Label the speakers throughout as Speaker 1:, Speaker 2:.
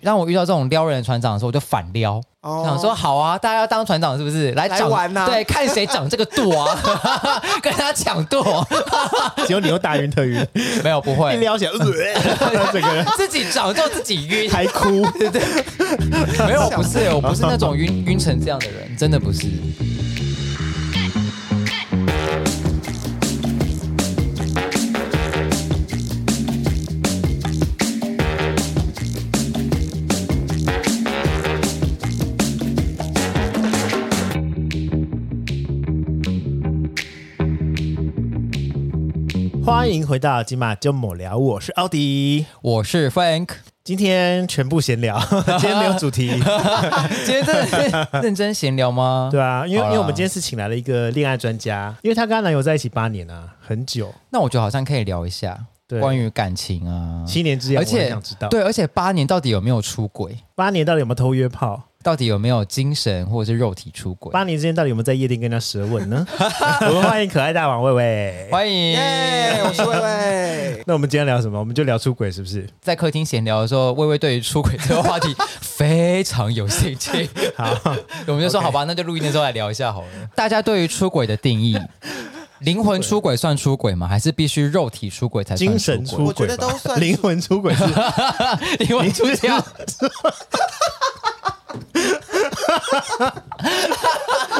Speaker 1: 让我遇到这种撩人的船长的时候，我就反撩，
Speaker 2: 哦
Speaker 1: 想说好啊，大家要当船长是不是？来
Speaker 2: 来
Speaker 1: 长
Speaker 2: 玩啊
Speaker 1: 对，看谁长这个舵啊， 跟他抢舵，
Speaker 3: 结果你又大晕特晕，
Speaker 1: 没有不
Speaker 3: 一
Speaker 1: 会，
Speaker 3: 撩起来，呃整个人
Speaker 1: 自己长就自己晕，
Speaker 3: 还哭。
Speaker 1: 没有我不是，我不是那种晕晕成这样的人，真的不是。
Speaker 3: 欢迎回到金马就抹聊，我是奥迪。
Speaker 1: 我是 Frank，
Speaker 3: 今天全部闲聊，今天没有 主题，
Speaker 1: 今天真的是认真闲聊吗？
Speaker 3: 对啊，因为
Speaker 1: 好啦
Speaker 3: 因为我们今天是请来了一个恋爱专家，因为她跟她男友在一起八年啊，很久，
Speaker 1: 那我觉得好像可以聊一下
Speaker 3: 对
Speaker 1: 关于感情啊，
Speaker 3: 七年之痒，
Speaker 1: 而
Speaker 3: 我很
Speaker 1: 且
Speaker 3: 想知道，
Speaker 1: 对，而且八年到底有没有出轨？
Speaker 3: 八年到底有没有偷约炮？
Speaker 1: 到底有没有精神或者是肉体出轨？
Speaker 3: 八年之间到底有没有在夜店跟人家舌 吻呢？我们欢迎可爱大王魏魏。
Speaker 1: 欢迎
Speaker 2: 耶，我是魏魏。
Speaker 3: 那我们今天聊什么？我们就聊出轨，是不是？
Speaker 1: 在客厅闲聊的时候，薇薇对于出轨这个话题非常有兴趣。
Speaker 3: 好，
Speaker 1: 我们就说
Speaker 3: OK
Speaker 1: 好吧，那就录音的时候来聊一下好了。大家对于出轨的定义，灵魂出轨算出轨吗？还是必须肉体出轨才算出
Speaker 3: 精神
Speaker 1: 轨？
Speaker 3: 出
Speaker 2: 我觉
Speaker 3: 轨
Speaker 2: 得
Speaker 3: 吧
Speaker 2: 都，算
Speaker 3: 灵魂出轨是
Speaker 1: 灵魂出窍，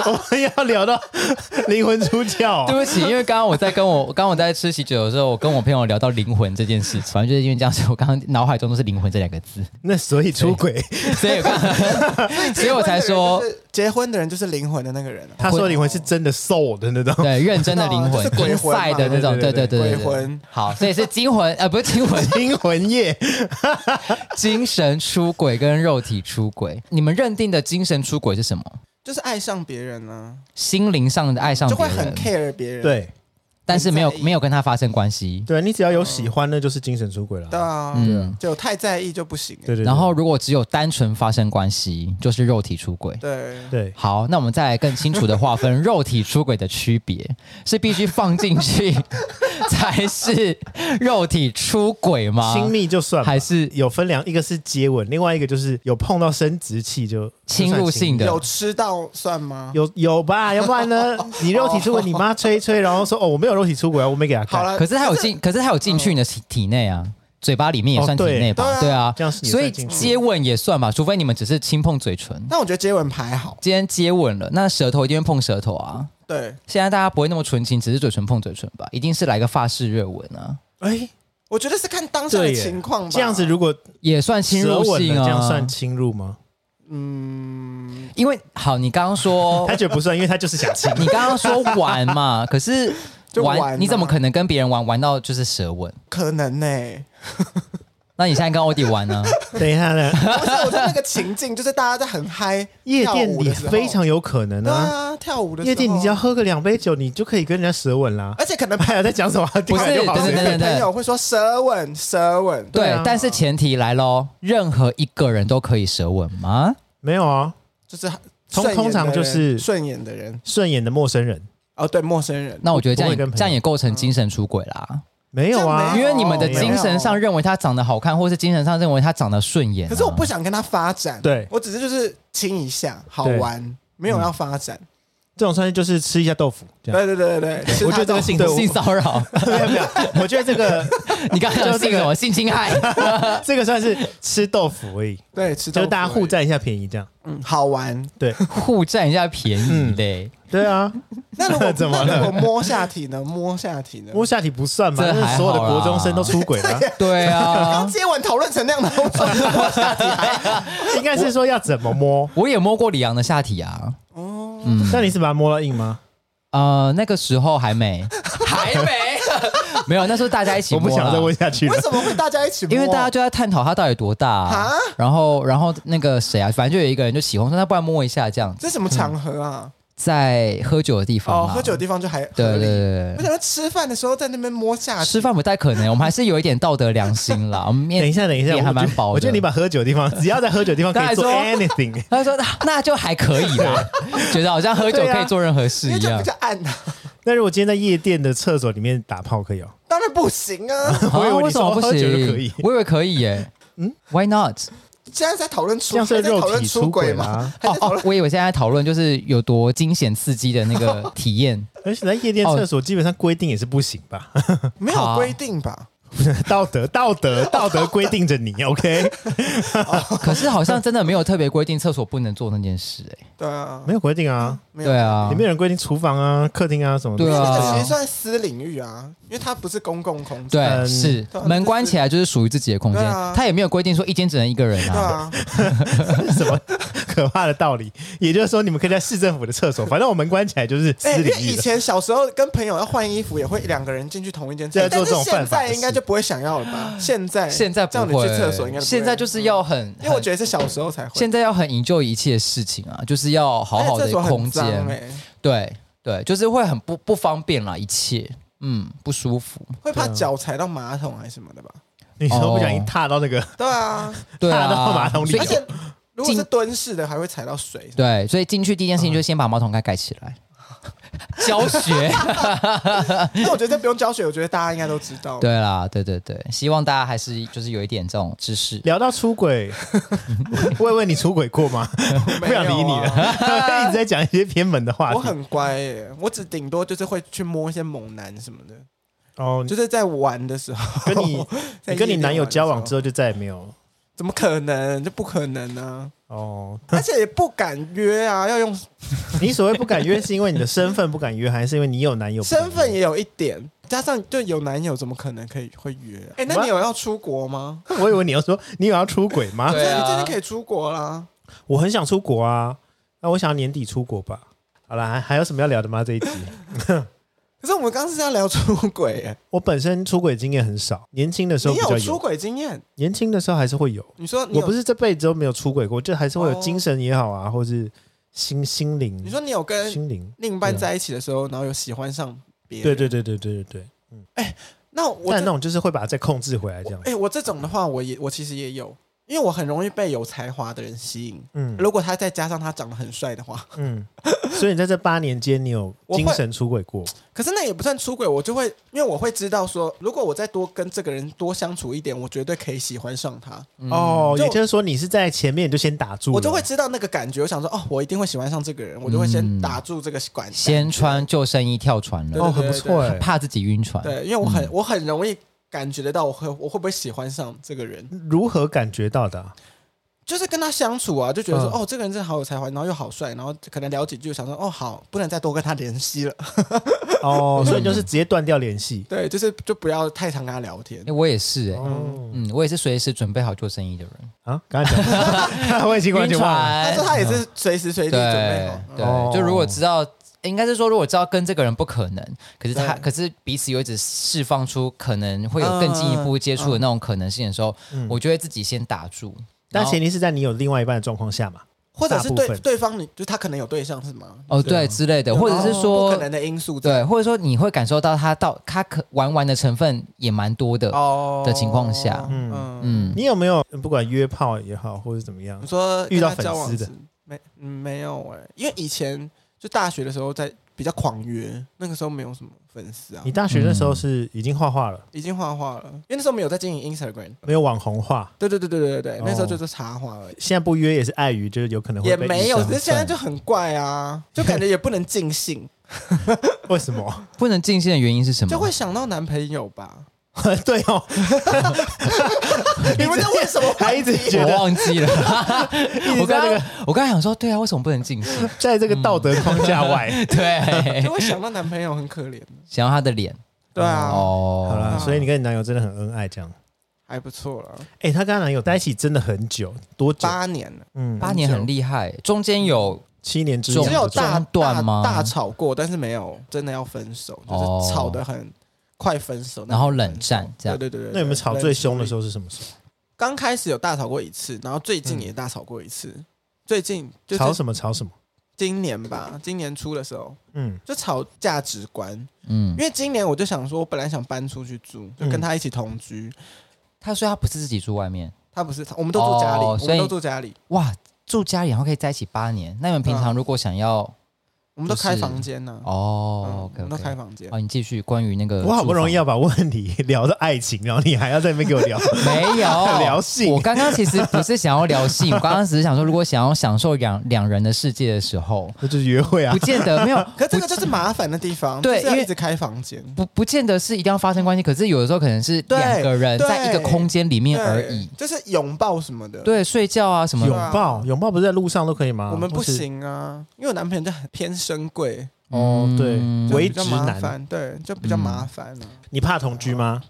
Speaker 3: 我们 要聊到灵魂出窍
Speaker 1: 对
Speaker 3: 哦。
Speaker 1: 不起，因为刚刚我在跟我刚刚我在吃喜酒的时候，我跟我朋友聊到灵魂这件事情，反正就是因为这样，所以我刚刚脑海中都是灵魂这两个字，
Speaker 3: 那所以出轨，
Speaker 1: 所以我刚刚所以我才说，
Speaker 2: 结婚的人就是灵魂的那个人啊，
Speaker 3: 他说的灵魂是真的 soul 的那种。
Speaker 1: 对认真的灵魂，
Speaker 2: 我知道就是鬼魂嘛
Speaker 1: 赛的那种，对对
Speaker 3: 对对
Speaker 1: 对对
Speaker 2: 鬼
Speaker 1: 对。
Speaker 2: 魂。
Speaker 1: 好，所以是精魂，呃，不是精魂，
Speaker 3: 灵魂夜，
Speaker 1: 精神出轨跟肉体出轨，你们认定的精神出轨是什么？
Speaker 2: 就是爱上别人呢、
Speaker 1: 心灵上的爱上
Speaker 2: 就
Speaker 1: 别
Speaker 2: 会很
Speaker 1: 人，
Speaker 2: care 别人。
Speaker 3: 对
Speaker 1: 但是没有
Speaker 2: 很在意
Speaker 1: 没有跟他发生关系。
Speaker 3: 对，你只要有喜欢，那就是精神出轨了。
Speaker 2: 对啊，
Speaker 1: 嗯
Speaker 2: 就太在意就不行欸、
Speaker 3: 对对对，
Speaker 1: 然后如果只有单纯发生关系，就是肉体出轨。
Speaker 2: 对
Speaker 3: 对，
Speaker 1: 好，那我们再来更清楚的划分肉体出轨的区别，是必须放进 去才是肉体出轨吗？
Speaker 3: 亲密就算吧
Speaker 1: 还是
Speaker 3: 有分两，一个是接吻，另外一个就是有碰到生殖器就
Speaker 1: 侵入性的
Speaker 2: 有吃到算吗？
Speaker 3: 有有吧，要不然呢？你肉体出轨，你妈吹一吹，然后说哦，我没有肉体出轨啊，我没给她看。
Speaker 2: 好了，
Speaker 1: 可是他有进，可是他有进去你的体体内啊，嘴巴里面也算
Speaker 3: 啊哦
Speaker 1: 体
Speaker 3: 对
Speaker 1: 内吧？
Speaker 2: 对
Speaker 1: 啊，
Speaker 3: 这样是也
Speaker 1: 所以
Speaker 3: 算进去
Speaker 1: 接吻也算吧，除非你们只是轻碰嘴唇。
Speaker 2: 但我觉得接吻牌好。
Speaker 1: 今天接吻了，那舌头一定会碰舌头啊。
Speaker 2: 对，
Speaker 1: 现在大家不会那么纯情，只是嘴唇碰嘴唇吧？一定是来个法式热吻啊，
Speaker 3: 哎，
Speaker 2: 我觉得是看当下
Speaker 3: 对
Speaker 2: 的
Speaker 3: 耶
Speaker 2: 情况吧。
Speaker 3: 这样子如果
Speaker 1: 也算侵
Speaker 3: 舌
Speaker 1: 入
Speaker 3: 吻
Speaker 1: 性
Speaker 3: 了，
Speaker 1: 啊。
Speaker 3: 这样算侵入吗？
Speaker 2: 嗯，
Speaker 1: 因为好，你刚刚说
Speaker 3: 他觉得不算，因为他就是想亲。
Speaker 1: 你刚刚说玩嘛，可是
Speaker 2: 就
Speaker 1: 玩
Speaker 2: 玩啊
Speaker 1: 你怎么可能跟别人玩玩到就是舌吻？
Speaker 2: 可能欸呢、
Speaker 1: 那你现在跟欧弟玩呢？
Speaker 3: 等一下呢，
Speaker 2: 不是我在那个情境，就是大家在很嗨
Speaker 3: 夜
Speaker 2: 跳
Speaker 3: 店
Speaker 2: 舞
Speaker 3: 里
Speaker 2: 的时候
Speaker 3: 非常有可能
Speaker 2: 对
Speaker 3: 啊。
Speaker 2: 啊，跳舞的时候
Speaker 3: 夜店你只要，喝个两杯酒，你就可以跟人家舌 吻啦。哎
Speaker 2: 而且可能
Speaker 3: 还有在讲什么？不
Speaker 1: 是
Speaker 3: 就跑
Speaker 1: 等等等等
Speaker 3: 了
Speaker 2: 朋友会说舌吻，舌吻，
Speaker 1: 对，
Speaker 3: 对啊
Speaker 1: 但是前提来喽，任何一个人都可以舌吻吗？
Speaker 3: 没有啊，
Speaker 2: 就是
Speaker 3: 通
Speaker 2: 顺眼的人
Speaker 3: 通常就是
Speaker 2: 顺眼的人
Speaker 3: 顺眼的陌生人
Speaker 2: 哦，对，陌生
Speaker 3: 啊
Speaker 2: 人，
Speaker 1: 那我觉得这
Speaker 3: 不会跟
Speaker 1: 样
Speaker 3: 朋友
Speaker 1: 这样也构成精神出轨啦，
Speaker 3: 没有啊
Speaker 2: 这样没
Speaker 1: 因
Speaker 2: 有。
Speaker 1: 为你们的
Speaker 3: 没有
Speaker 1: 精神上认为他长得好看，或是精神上认为他长得顺眼啊、
Speaker 2: 可是我不想跟他发展，
Speaker 3: 对
Speaker 2: 我只是就是亲一下，好玩，没有要发展。
Speaker 3: 这种算是就是吃一下豆 腐这样。
Speaker 2: 对对对对对，
Speaker 3: 我觉得这
Speaker 2: 是
Speaker 3: 个嗯啊性对我
Speaker 1: 性骚扰，
Speaker 3: 没有没有，我觉得 这个
Speaker 1: 你刚刚有性什么性侵害？
Speaker 3: 这个算是吃豆腐而已，
Speaker 2: 对，吃
Speaker 3: 就是
Speaker 2: 豆
Speaker 3: 大家
Speaker 2: 腐而已
Speaker 3: 互，占一下便宜这样。
Speaker 2: 嗯，好玩。
Speaker 3: 对
Speaker 1: 互占一下便宜嘞，
Speaker 3: 对 啊，
Speaker 2: 那 如果
Speaker 3: 怎么了
Speaker 2: 那如果摸下体呢？摸下体呢？
Speaker 3: 摸下体不算嘛，
Speaker 1: 这
Speaker 3: 因为
Speaker 1: 还
Speaker 3: 所有的
Speaker 1: 好啦
Speaker 3: 国中生都出 轨了，
Speaker 1: 对
Speaker 2: 刚
Speaker 1: 啊。
Speaker 2: 接吻讨论成那样的，我 说摸下体还
Speaker 3: 应该是说要怎么摸。
Speaker 1: 我也摸过李阳的下体啊，
Speaker 2: 哦，
Speaker 3: 那你是把它摸到硬吗？
Speaker 1: 呃，那个时候还没，还没， 没有，那时候大家一起
Speaker 3: 我
Speaker 1: 摸啊
Speaker 3: 不想
Speaker 1: 啦
Speaker 3: 再问下去了
Speaker 2: 为。什么会大家一起摸？
Speaker 1: 因为大家就在探讨他到底多大、
Speaker 2: 啊
Speaker 1: 然后然后那个谁啊，反正就有一个人就起哄说，那不然摸一下这样，
Speaker 2: 这什么场合
Speaker 3: 嗯
Speaker 2: 啊？
Speaker 1: 在喝酒的地方、
Speaker 2: 哦，
Speaker 1: 啊，
Speaker 2: 喝酒的地方就还
Speaker 1: 对，对
Speaker 2: 合理
Speaker 1: 对对
Speaker 2: 我
Speaker 1: 对
Speaker 2: 想说吃饭的时候在那边摸下
Speaker 1: 对，
Speaker 2: 体，
Speaker 1: 吃饭不太可能，我们还是有一点道德良心啦。我们面
Speaker 3: 等一下，等一下，
Speaker 1: 也
Speaker 3: 我
Speaker 1: 还蛮
Speaker 3: 觉得
Speaker 1: 薄的。
Speaker 3: 我觉得你把喝酒的地方，只要在喝酒的地方可
Speaker 1: 刚才
Speaker 3: 以做
Speaker 1: 说
Speaker 3: anything。
Speaker 1: 他说啊那那就还可以 啦，觉得好像喝酒
Speaker 3: 对啊
Speaker 1: 可以做任何事
Speaker 2: 因为
Speaker 1: 一
Speaker 2: 就
Speaker 1: 样
Speaker 2: 比。较暗啊，
Speaker 3: 那如果今天在夜店的厕所里面打炮可以哦？
Speaker 2: 当然不行啊。
Speaker 3: 我以为
Speaker 1: 为
Speaker 3: 你
Speaker 1: 什么
Speaker 3: 说
Speaker 1: 不
Speaker 3: 喝酒就可
Speaker 1: 行
Speaker 3: 以？
Speaker 1: 我以为可以耶。嗯，Why not？
Speaker 2: 现在在讨论
Speaker 3: 这
Speaker 2: 出
Speaker 3: 样是
Speaker 2: 还在
Speaker 3: 肉
Speaker 2: 讨论
Speaker 3: 体
Speaker 2: 出轨
Speaker 3: 轨
Speaker 2: 吗？
Speaker 3: 啦。
Speaker 2: 还在讨
Speaker 1: 哦
Speaker 2: 论，
Speaker 1: 我以为现在讨论就是有多惊险刺激的那 个体验，
Speaker 3: 而且在夜店
Speaker 1: 哦
Speaker 3: 厕所基本上规定也是不行吧？
Speaker 2: 没有规定吧？
Speaker 3: 道德道德道德规定着你，OK？
Speaker 1: 可是好像真的没有特别规定厕所不能做那件事、欸，
Speaker 2: 对啊，
Speaker 3: 没有规定啊，
Speaker 2: 没有
Speaker 1: 对，啊
Speaker 3: 里，面有人规定厨房啊、客厅啊什么的。
Speaker 1: 对
Speaker 2: 那
Speaker 1: 啊
Speaker 2: 个其实算私领域啊，因为它不是公共空间。
Speaker 1: 对，
Speaker 3: 嗯
Speaker 1: 是
Speaker 2: 对啊
Speaker 1: 门关起来就是属于自己的空间
Speaker 2: 对啊，
Speaker 1: 他也没有规定说一间只能一个人
Speaker 2: 对
Speaker 1: 啊。
Speaker 2: 啊，
Speaker 3: 什么可怕的道理？也就是说，你们可以在市政府的 厕所，反正我们关起来就是私
Speaker 2: 哎，因
Speaker 3: 领
Speaker 2: 为
Speaker 3: 域
Speaker 2: 以
Speaker 3: 了。
Speaker 2: 前小时候跟朋友要换衣服，也会两个人进去同一间厕所，但
Speaker 3: 对做这
Speaker 2: 是
Speaker 3: 种
Speaker 2: 现
Speaker 3: 犯法的
Speaker 2: 在应该
Speaker 3: 事
Speaker 2: 就不会想要了 吧？现在
Speaker 1: 现在不
Speaker 2: 叫你去
Speaker 1: 会，
Speaker 2: 厕所应该不会
Speaker 1: 现在就是要很，
Speaker 2: 因为我
Speaker 1: 很
Speaker 2: 觉得是小时候才会，
Speaker 1: 现在要很营救一切事情啊，就是要好好
Speaker 2: 哎
Speaker 1: 的
Speaker 2: 厕所很
Speaker 1: 空间，
Speaker 2: 脏哎
Speaker 1: 对啊对，就是会很不不方便啦，一切嗯不舒服，
Speaker 2: 会怕脚踩到马桶还是什么的吧？
Speaker 3: 你说不小心踏到那个，
Speaker 2: 对啊，
Speaker 1: 对啊，
Speaker 3: 踏到马桶里
Speaker 1: 所以
Speaker 2: 而
Speaker 3: 有
Speaker 2: 且如果
Speaker 1: 进
Speaker 2: 是蹲式的，还会踩到水。
Speaker 1: 对，所以进去第一件事情就是先把马桶盖盖起 来，教学，
Speaker 2: 那我觉得这不用教学，我觉得大家应该都知道。
Speaker 1: 对啦，对对对，希望大家还是就是有一点这种知识。
Speaker 3: 聊到出轨， 我也问你出轨过吗？
Speaker 2: 没
Speaker 3: 不
Speaker 2: 有啊
Speaker 3: 想理你了， 一直在讲一些偏门的话
Speaker 2: 我
Speaker 3: 题。
Speaker 2: 很乖耶，我只顶多就是会去摸一些猛男什么的，
Speaker 3: 哦，
Speaker 2: 就是在玩的时 候。
Speaker 3: 跟你
Speaker 2: 在
Speaker 3: 你跟你男友交往之
Speaker 2: 后，
Speaker 3: 后就再也没有
Speaker 2: 怎么可能？这不可能呢、
Speaker 3: 哦。
Speaker 2: 而且也不敢约啊，要用
Speaker 3: 你所谓不敢约，是因为你的身份不敢约，还是因为你有男友？
Speaker 2: 身份也有一点，加上就有男友，怎么可能可以会约、啊？哎、那你有要出国吗？
Speaker 3: 我以为你要说你有要出轨吗？
Speaker 1: 对啊
Speaker 2: 你真的可以出国啦。
Speaker 3: 我很想出国啊，那我想要年底出国吧。好啦，还还有什么要聊的吗？这一 集
Speaker 2: 可是我们刚刚是要聊出轨 耶，
Speaker 3: 我本身出轨经验很少，年轻的时候
Speaker 2: 你
Speaker 3: 比较
Speaker 2: 有
Speaker 3: 有
Speaker 2: 出，轨经验？
Speaker 3: 年轻的时候还是会有。
Speaker 2: 你说你
Speaker 3: 我
Speaker 2: 有
Speaker 3: 不是这辈子都没有出轨过，就还是会有
Speaker 2: 哦
Speaker 3: 精神也好啊，或是心心灵。
Speaker 2: 你说你有跟
Speaker 3: 心灵？
Speaker 2: 另一半在一起的时候，然后有喜欢上别人？
Speaker 3: 啊对对对对对对对。
Speaker 2: 那我
Speaker 3: 但那
Speaker 2: 这
Speaker 3: 种就是会把它再控制回来这样。
Speaker 2: 哎、我这种的话，我也我其实也有，因为我很容易被有才华的人吸引。
Speaker 3: 嗯
Speaker 2: 如果他再加上他长得很帅的话，
Speaker 3: 嗯。所以你在这八年间，你有
Speaker 2: 我会
Speaker 3: 精神出轨过？
Speaker 2: 可是那也不算出轨，我就会因为我会知道说，如果我再多跟这个人多相处一点，我绝对可以喜欢上他，
Speaker 3: 哦，
Speaker 2: 嗯就
Speaker 3: 也就是说你是在前面你就先打住了，
Speaker 2: 我就会知道那个感觉。我想说，哦，我一定会喜欢上这个人，我就会先打住这个管。
Speaker 1: 先穿救生衣跳船
Speaker 2: 对
Speaker 1: 了，
Speaker 3: 哦，很不错哎。
Speaker 1: 怕自己晕船。
Speaker 2: 对，因为我
Speaker 1: 嗯
Speaker 2: 很、我很容易感觉得到，我会我会不会喜欢上这个人，
Speaker 3: 如何感觉 到的啊？
Speaker 2: 就是跟他相处啊，就觉得说，
Speaker 3: 嗯
Speaker 2: 哦，这个人真的好有才华，然后又好帅，然后可能聊几句，想说，哦，好，不能再多跟他联系了。
Speaker 3: 哦，所以你就是直接断掉联系。
Speaker 2: 对，就是就不要太常跟他聊天
Speaker 1: 哎、。我也是哎、
Speaker 3: 哦
Speaker 1: 嗯，我也是随时准备好救生衣的人。
Speaker 3: 啊，刚才讲什 么，我已经完
Speaker 1: 晕
Speaker 3: 全忘了。
Speaker 1: 船
Speaker 2: 他说，他也是随时随地
Speaker 1: 对
Speaker 2: 准备好。嗯
Speaker 1: 哎嗯对、
Speaker 3: 哦
Speaker 1: 就如果知道，应该是说如果知道跟这个人不可能，可是他
Speaker 2: 对
Speaker 1: 可是彼此有一直释放出可能会有更进一步接触的那种可能性的时候，我就会自己先打住。
Speaker 3: 嗯但
Speaker 1: 然后
Speaker 3: 前提是在你有另外一半的状况下嘛。
Speaker 2: 或者是
Speaker 3: 大部
Speaker 2: 对
Speaker 3: 分
Speaker 2: 对方你，就他可能有对象是吗？哦
Speaker 1: 哦对之类的，或者是
Speaker 2: 不
Speaker 1: 说
Speaker 2: 可能的因素在
Speaker 1: 对，或者说你会感受到他到他可玩玩的成分也蛮多的。
Speaker 2: 哦
Speaker 1: 的情况下
Speaker 2: 嗯嗯，
Speaker 1: 嗯，
Speaker 3: 你有没有不管约炮也好，或者怎么样
Speaker 2: 你，说
Speaker 3: 遇到
Speaker 2: 跟他
Speaker 3: 粉
Speaker 2: 交往
Speaker 3: 丝的
Speaker 2: 时没嗯没有哎，因为以前就大学的时候在比较狂约，那个时候没有什么粉丝啊
Speaker 3: 你，大学那时候是已经画画了，
Speaker 2: 已经画画了，因为那时候没有在经营 Instagram。
Speaker 3: 没有网红画，
Speaker 2: 对对对对对对对，
Speaker 3: 哦
Speaker 2: 那时候就是插花而已，
Speaker 3: 现在不约也是碍于就是有可能会
Speaker 2: 也
Speaker 3: 被
Speaker 2: 没有，
Speaker 3: 医
Speaker 2: 只
Speaker 3: 生
Speaker 2: 是现在就很怪啊，就感觉也不能尽 兴，
Speaker 3: 嗯为什么？
Speaker 1: 不能尽兴的原因是什么？
Speaker 2: 就会想到男朋友吧。
Speaker 3: 对哦，
Speaker 2: 你 们在问什么？
Speaker 3: 还一直觉
Speaker 1: 我
Speaker 3: 得
Speaker 1: 忘 记了。 我
Speaker 3: 一直
Speaker 1: 刚刚
Speaker 3: 在这个
Speaker 1: 我刚才想说，对啊，为什么不能尽 兴？
Speaker 3: 在这个道德框架外。
Speaker 1: 对哎
Speaker 2: 就，会想到男朋友很可怜。
Speaker 1: 想要他的脸。
Speaker 2: 对啊，
Speaker 3: 好
Speaker 1: 哦，
Speaker 3: 啦，所以你跟你男友真的很恩爱，这样。
Speaker 2: 还不错了，
Speaker 3: 哎，她跟她男友在一起真的很久，多久？
Speaker 2: 八年了，
Speaker 3: 嗯，
Speaker 1: 哦八年很厉害，中间有
Speaker 3: 七年之
Speaker 1: 懂
Speaker 3: 痒
Speaker 2: 只有大
Speaker 1: 中断吗
Speaker 2: 大大吵过，但是没有真的要分手，
Speaker 1: 哦
Speaker 2: 就是吵得很快分手，
Speaker 1: 然后冷战这
Speaker 2: 对
Speaker 1: 样。
Speaker 2: 对对对。
Speaker 3: 那有没有吵最凶的时
Speaker 2: 候？
Speaker 3: 候是什么时
Speaker 2: 刚开始有大吵过一次，然后最近也大吵过一次。最近
Speaker 3: 候？
Speaker 2: 就
Speaker 3: 嗯吵
Speaker 2: 是
Speaker 3: 什么？吵什么？
Speaker 2: 今年吧，今年初的时候
Speaker 3: 嗯，
Speaker 2: 就吵价值观，
Speaker 1: 嗯
Speaker 2: 因，为今年我就想说，我本来想搬出去住，就跟他一起同居。
Speaker 1: 他说他不是自己住外面，
Speaker 2: 他不是，我们都住家里，
Speaker 1: 哦
Speaker 2: 我
Speaker 1: 所以
Speaker 2: 们都住家里。
Speaker 3: 嗯
Speaker 1: 哇，住家里然后可以在一起八年。那你们平常如果想要
Speaker 2: 我们都
Speaker 1: 就是
Speaker 2: 开房间呢、嗯
Speaker 1: 哦
Speaker 2: 我
Speaker 1: ，OK，
Speaker 2: 们都
Speaker 1: OK
Speaker 2: 开房间。
Speaker 1: 好，你继续关于那个，
Speaker 3: 我好不容易要。把问题 聊到爱情，然后你还要在那边给我聊，
Speaker 1: 没有
Speaker 3: 聊性
Speaker 1: 哦我刚刚其实不是想要聊 性，我刚刚只是想说，如果想要享受两两人的世界的时候，
Speaker 3: 那就是约会啊
Speaker 1: 不。见得没有，
Speaker 2: 可这个就是麻烦的地方，
Speaker 1: 对
Speaker 2: 就是要
Speaker 1: 因为
Speaker 2: 一直开房间。
Speaker 1: 不不见得是一定要发生关系，可是有的时候可能是
Speaker 2: 对
Speaker 1: 两个人
Speaker 2: 对
Speaker 1: 在一个空间里面而
Speaker 2: 对
Speaker 1: 已。
Speaker 2: 就是拥抱什么的。，
Speaker 1: 对，睡觉啊什么
Speaker 3: 拥
Speaker 1: 的，
Speaker 3: 抱，拥抱不是在路上都可以吗？
Speaker 2: 我们不
Speaker 3: 或是
Speaker 2: 行啊，因为我男朋友就很偏深贵，
Speaker 3: 哦，对
Speaker 1: 嗯，
Speaker 2: 就比
Speaker 3: 为直
Speaker 2: 较麻
Speaker 3: 男，
Speaker 2: 烦，对，就比较麻烦啊。
Speaker 3: 你怕同居吗？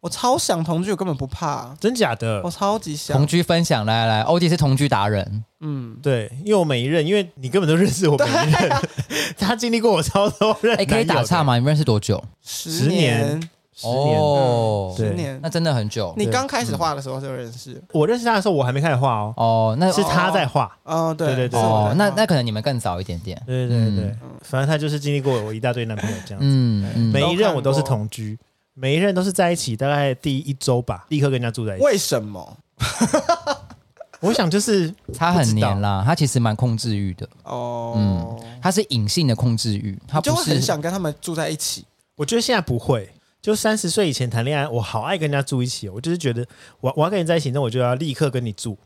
Speaker 2: 我超想同居，我根本不怕，
Speaker 3: 真假的
Speaker 2: 我？超级
Speaker 1: 同
Speaker 2: 想。
Speaker 1: 居分享，来来来，欧弟是同居达人，
Speaker 2: 嗯，
Speaker 3: 对，因为我每一任，因为你根本都认识我每一任， 他经历过我超多任
Speaker 1: 哎，可以打岔
Speaker 3: 吗？
Speaker 1: 吗？哦你们认识多久？
Speaker 2: 十
Speaker 3: 年
Speaker 2: 年，
Speaker 3: 十年，
Speaker 2: 十
Speaker 3: 对
Speaker 2: 年
Speaker 1: 那。真的很久
Speaker 2: 你
Speaker 3: 对
Speaker 2: 刚开始画的时候就认识，
Speaker 3: 我认识他的时候，我还没开始画哦，
Speaker 1: 哦。那
Speaker 3: 是他在画。
Speaker 2: 哦，对
Speaker 3: 对对对
Speaker 2: 是我
Speaker 1: 哦
Speaker 2: 在，
Speaker 1: 那
Speaker 2: 画
Speaker 1: 那可能你们更早一点点。
Speaker 3: 对对对
Speaker 1: 嗯，
Speaker 3: 反正他就是经历过我一大堆男朋友这样子。
Speaker 1: 嗯嗯，
Speaker 3: 每一任我都是
Speaker 2: 都看过
Speaker 3: 同居，每一任都是在一起，大概第一周吧，立刻跟人家住在一起。
Speaker 2: 为什么？
Speaker 3: 我想就是
Speaker 1: 他
Speaker 3: 不
Speaker 1: 很
Speaker 3: 知道
Speaker 1: 黏啦，他其实蛮控制欲的，
Speaker 2: 哦，
Speaker 1: 他是隐性的控制欲，嗯他
Speaker 2: 你就
Speaker 1: 不
Speaker 2: 会很
Speaker 1: 是
Speaker 2: 想跟他们住在一起。
Speaker 3: 我觉得现在不会，就三十岁以前谈恋爱，我好爱跟人家住一起哦。我就是觉得我我要跟你在一起，那我就要立刻跟你住。嗯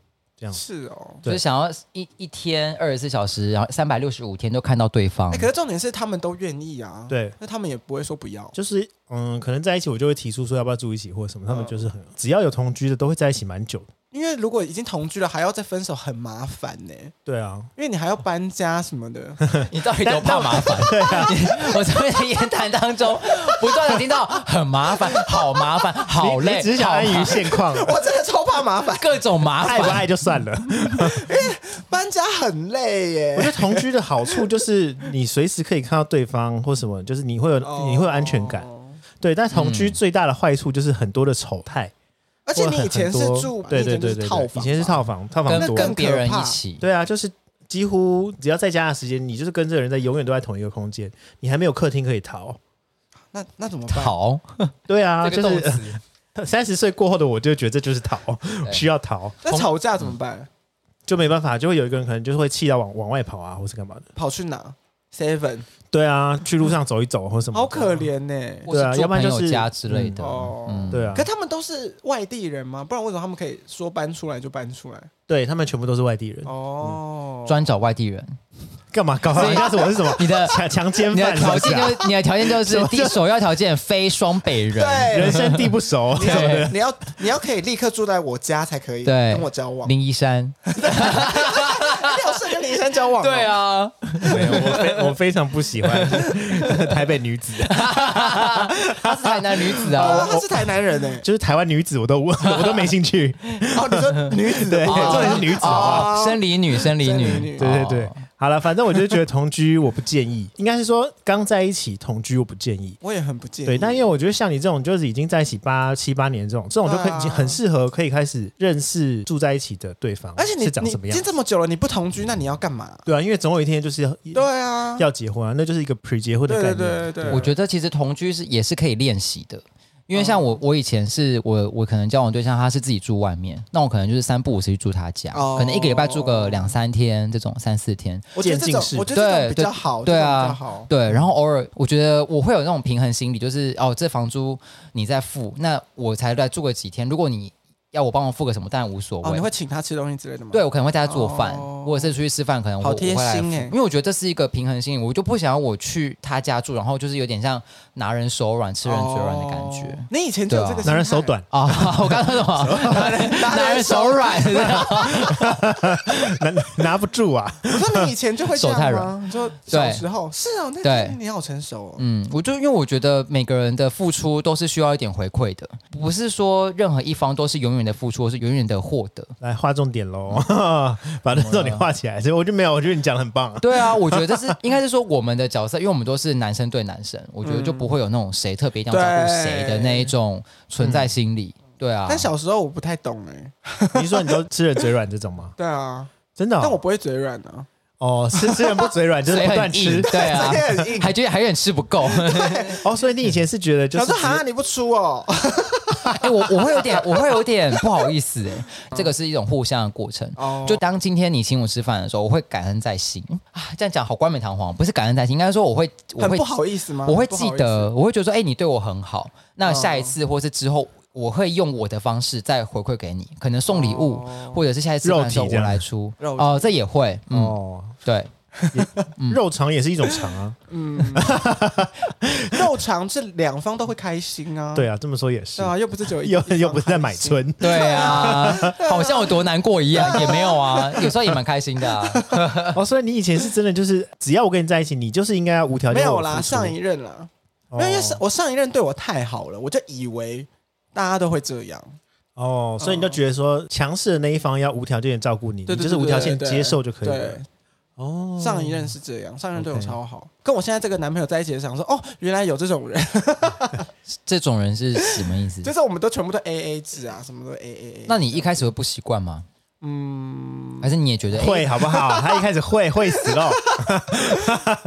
Speaker 2: 是哦，
Speaker 1: 就是想要一一天二十四小时，然后三百六十五天都看到对方
Speaker 2: 哎，。可是重点是他们都愿意啊，，
Speaker 3: 嗯对，
Speaker 2: 那他们也不会说不要。
Speaker 3: 就是嗯，可能在一起我就会提出说要不要住一起或什么，他们
Speaker 2: 嗯
Speaker 3: 就是很只要有同居的都会在一起蛮久的。
Speaker 2: 因为如果已经同居了，还要再分手，很麻烦呢、
Speaker 3: 对啊，
Speaker 2: 因为你还要搬家什么 的。
Speaker 1: 你到底多怕麻烦？
Speaker 3: 啊
Speaker 1: 我从你的言谈当中不断的听到很麻烦，好麻烦，好
Speaker 3: 你
Speaker 1: 累，
Speaker 3: 你只是想
Speaker 1: 好
Speaker 3: 安
Speaker 1: 麻
Speaker 3: 于 现况，
Speaker 2: 我真的超怕麻烦，
Speaker 1: 各种麻
Speaker 3: 爱不
Speaker 1: 烦。
Speaker 3: 爱就算了。
Speaker 2: 搬家很累
Speaker 3: 我觉
Speaker 2: 耶。
Speaker 3: 得同居的好处就是你随时可以看到对方或什么，就是你会有你会有安全感。
Speaker 2: 哦
Speaker 3: 对，但同居最大的坏处就是很多的丑态，
Speaker 2: 而且你以前是
Speaker 3: 或很多
Speaker 2: 住，
Speaker 3: 对
Speaker 2: 你
Speaker 3: 对
Speaker 2: 以前就
Speaker 3: 对
Speaker 2: 是
Speaker 3: 对，
Speaker 2: 套
Speaker 3: 对
Speaker 2: 房，
Speaker 3: 以前是，套房，套房
Speaker 2: 那
Speaker 1: 跟
Speaker 3: 多，
Speaker 1: 跟别人
Speaker 2: 可
Speaker 1: 一
Speaker 2: 怕
Speaker 1: 起，
Speaker 3: 对啊，就是几乎只要在家的时间，你就是跟这个人在永远都在同一个空间，你还没有客厅可以逃。
Speaker 2: 那那怎么办？
Speaker 1: 好，
Speaker 3: 对啊，
Speaker 1: 这个
Speaker 3: 就
Speaker 1: 动
Speaker 3: 是
Speaker 1: 词
Speaker 3: 三十岁过后的我就觉得这就是逃， 需要逃
Speaker 2: 那吵架怎么办？
Speaker 3: 就没办法，就会有一个人可能就是会气到往往外跑啊，或是干嘛的。
Speaker 2: 跑去哪？Seven，
Speaker 3: 对啊，去路上走一走或什么。
Speaker 2: 好可。怜呢、
Speaker 1: 或是
Speaker 3: 对啊
Speaker 1: 做
Speaker 3: 要不
Speaker 1: 朋
Speaker 3: 然就
Speaker 1: 友
Speaker 3: 是
Speaker 1: 家之类的。
Speaker 2: 哦
Speaker 1: 嗯，
Speaker 3: 对啊
Speaker 2: 可，他们都是外地人吗？不然为什么他们可以说搬出来就搬出来？
Speaker 3: 对他们全部都是外地人，嗯
Speaker 2: 哦，
Speaker 1: 专找外地人。
Speaker 3: 干嘛搞啊
Speaker 1: 所以
Speaker 3: 好像是我是什 么
Speaker 1: 你的
Speaker 3: 强强奸
Speaker 1: 你的
Speaker 3: 犯是
Speaker 1: 条
Speaker 3: 不是
Speaker 1: 件就
Speaker 3: 啊？
Speaker 1: 是你的条件就是第首要条件非双北人，
Speaker 2: 对
Speaker 3: 人，生地不熟，
Speaker 2: 你要
Speaker 1: 对
Speaker 2: 你要你要可以立刻住在我家才可以
Speaker 1: 对
Speaker 2: 跟我交往。
Speaker 1: 林一山，
Speaker 2: 廖胜跟林珊交往、哦
Speaker 1: 对， 啊，
Speaker 3: 没有我非我非常不喜欢 台北女子，
Speaker 1: 她是台南女子
Speaker 2: 哦，
Speaker 1: 啊，
Speaker 2: 他是台南人哎、
Speaker 3: 就是台湾女子，我都 我我都没兴趣。
Speaker 2: 哦，你说 女子
Speaker 3: 对，
Speaker 2: 的部分
Speaker 3: 重点是女子好不好？
Speaker 1: 哦生理女，生理
Speaker 2: 生理
Speaker 1: 女，
Speaker 2: 女
Speaker 3: 对对对
Speaker 1: 哦，
Speaker 3: 好了，反正我就觉得同居我不建议，应该是说刚在一起同居我不建议。
Speaker 2: 我也很不建议。
Speaker 3: 对，但因为我觉得像你这种就是已经在一起八七八年这种，这种就可
Speaker 2: 对啊
Speaker 3: 以已经很适合可以开始认识住在一起的对方，
Speaker 2: 而且你
Speaker 3: 是长什么
Speaker 2: 你已
Speaker 3: 样
Speaker 2: 经。这么久了，你不同居，那你要干嘛？
Speaker 1: 嗯
Speaker 3: 对啊，因为总有一天就是要
Speaker 2: 对啊，
Speaker 3: 要结婚啊，那就是一个 pre 结婚的
Speaker 2: 对
Speaker 3: 概
Speaker 2: 对
Speaker 3: 念。啊
Speaker 2: 对对
Speaker 1: 我觉得其实同居是也是可以练习的。因为像我，我以前是我我可能交往对象他是自己住外面，那我可能就是三不五时去住他家，
Speaker 2: 哦
Speaker 1: 可能一个礼拜住个两三天，这种三四天，
Speaker 2: 我觉得这
Speaker 3: 渐进
Speaker 2: 种
Speaker 3: 式
Speaker 2: 我觉得这种比
Speaker 1: 对
Speaker 2: 较好，
Speaker 1: 对
Speaker 2: 这种
Speaker 1: 啊
Speaker 2: 比较好。
Speaker 1: 对，然后偶尔我觉得我会有那种平衡心理，就是哦，这房租你在付，那我才来住个几天。如果你要我帮忙付个什么，当然无所
Speaker 2: 哦，
Speaker 1: 谓。
Speaker 2: 你会请他吃东西之类的吗？
Speaker 1: 对，我可能会带他做饭，
Speaker 2: 哦
Speaker 1: 或者是出去吃饭，可能我
Speaker 2: 好
Speaker 1: 我
Speaker 2: 贴
Speaker 1: 会来
Speaker 2: 心
Speaker 1: 付
Speaker 2: 欸
Speaker 1: 因为我觉得这是一个平衡心理，我就不想要我去他家住，然后就是有点像拿人手软吃人嘴软的感觉。
Speaker 2: 哦你以前就有这个
Speaker 1: 对
Speaker 2: 心态
Speaker 3: 男人手，短，
Speaker 2: 哦
Speaker 1: 啊、我刚刚说什 么？拿拿人手软，
Speaker 3: 拿拿不住啊。
Speaker 2: 我说你以前就会这
Speaker 1: 手太
Speaker 2: 样吗？
Speaker 1: 软
Speaker 2: 你说
Speaker 1: 对
Speaker 2: 小时候是哦，那
Speaker 1: 对
Speaker 2: 你好成熟哦。
Speaker 1: 嗯，我就因为我觉得每个人的付出都是需要一点回馈的，不是说任何一方都是永远的付出，或是永远的获得。
Speaker 3: 来画重点喽， 把那重点画起来。所以我就没有，我觉得你讲的很 棒。
Speaker 1: 对啊，我觉得这是应该是说我们的角色，因为我们都是男生对男生，我觉得就不会有那种谁特别一定要照顾谁的那一种存在心理。对啊，
Speaker 2: 嗯但小时候我不太懂哎，
Speaker 3: 你是说你都吃人嘴软这种吗？
Speaker 2: 对啊，
Speaker 3: 真的哦？
Speaker 2: 但我不会嘴软啊，
Speaker 3: 哦，吃吃人不嘴软，就是
Speaker 1: 谁
Speaker 3: 不断
Speaker 1: 很硬，
Speaker 3: 吃。
Speaker 1: 对啊
Speaker 2: 这，也很硬。
Speaker 1: 还觉得还有点吃不不够。
Speaker 3: 哦，所以你以前是觉得就
Speaker 2: 小
Speaker 3: 是
Speaker 2: 时候
Speaker 3: 直
Speaker 2: 哈你不出哦，
Speaker 1: 哎、我我会有点，我会有点不好意思哎、这个是一种互相的过程。
Speaker 2: 哦
Speaker 1: 就当今天你请我吃饭的时候，我会感恩在心啊。这样讲好冠冕堂皇，不是感恩在心，应该说我会，我
Speaker 2: 很
Speaker 1: 会
Speaker 2: 不好意思吗？
Speaker 1: 我会
Speaker 2: 啊不好
Speaker 1: 记
Speaker 2: 意思
Speaker 1: 得，我会觉得说，哎、你对我很好，那
Speaker 2: 哦
Speaker 1: 下一次或是之后，我会用我的方式再回馈给你，可能送礼物，
Speaker 2: 哦
Speaker 1: 或者是下一次吃饭的时候
Speaker 3: 肉
Speaker 1: 我
Speaker 3: 体这样
Speaker 1: 来出，
Speaker 2: 肉
Speaker 1: 哦、
Speaker 2: 体
Speaker 1: 这也会，嗯，
Speaker 3: 哦，
Speaker 1: 对，
Speaker 3: 肉肠也是一种肠啊。
Speaker 2: 嗯 肉肠是两方都会开心啊。
Speaker 3: 对啊，这么说也是
Speaker 2: 对，啊，又不是只有一
Speaker 3: 又
Speaker 2: 一方
Speaker 3: 又不是在买
Speaker 2: 开心。
Speaker 3: 春。
Speaker 1: 对啊，好像有多难过一样，也没有啊，有时候也蛮开心的、 啊，
Speaker 3: 哦，所以你以前是真的就是，只要我跟你在一起，你就是应该要无条
Speaker 2: 没
Speaker 3: 件
Speaker 2: 有
Speaker 3: 为我
Speaker 2: 啦，
Speaker 3: 付出
Speaker 2: 上一任啦，
Speaker 3: 哦
Speaker 2: 没有，因为上我上一任对我太好了，我就以为大家都会这样。
Speaker 3: 哦，所以你就觉得说强势的那一方要无条件的照顾你，
Speaker 2: 对对
Speaker 3: 你就是无条件
Speaker 2: 对对对
Speaker 3: 接受就可以了。
Speaker 2: 对，
Speaker 3: 哦，
Speaker 2: 上一任是这样，上一任对我
Speaker 3: OK
Speaker 2: 超好，跟我现在这个男朋友在一起，想说哦，原来有这种人，
Speaker 1: 这种人是什么意思
Speaker 2: 就？是我们都全部都 A A 制啊，什么都 A A A。
Speaker 1: 那你一开始会不习惯吗？嗯，还是你也觉得哎
Speaker 3: 会好 不好？他一开始会会死喽，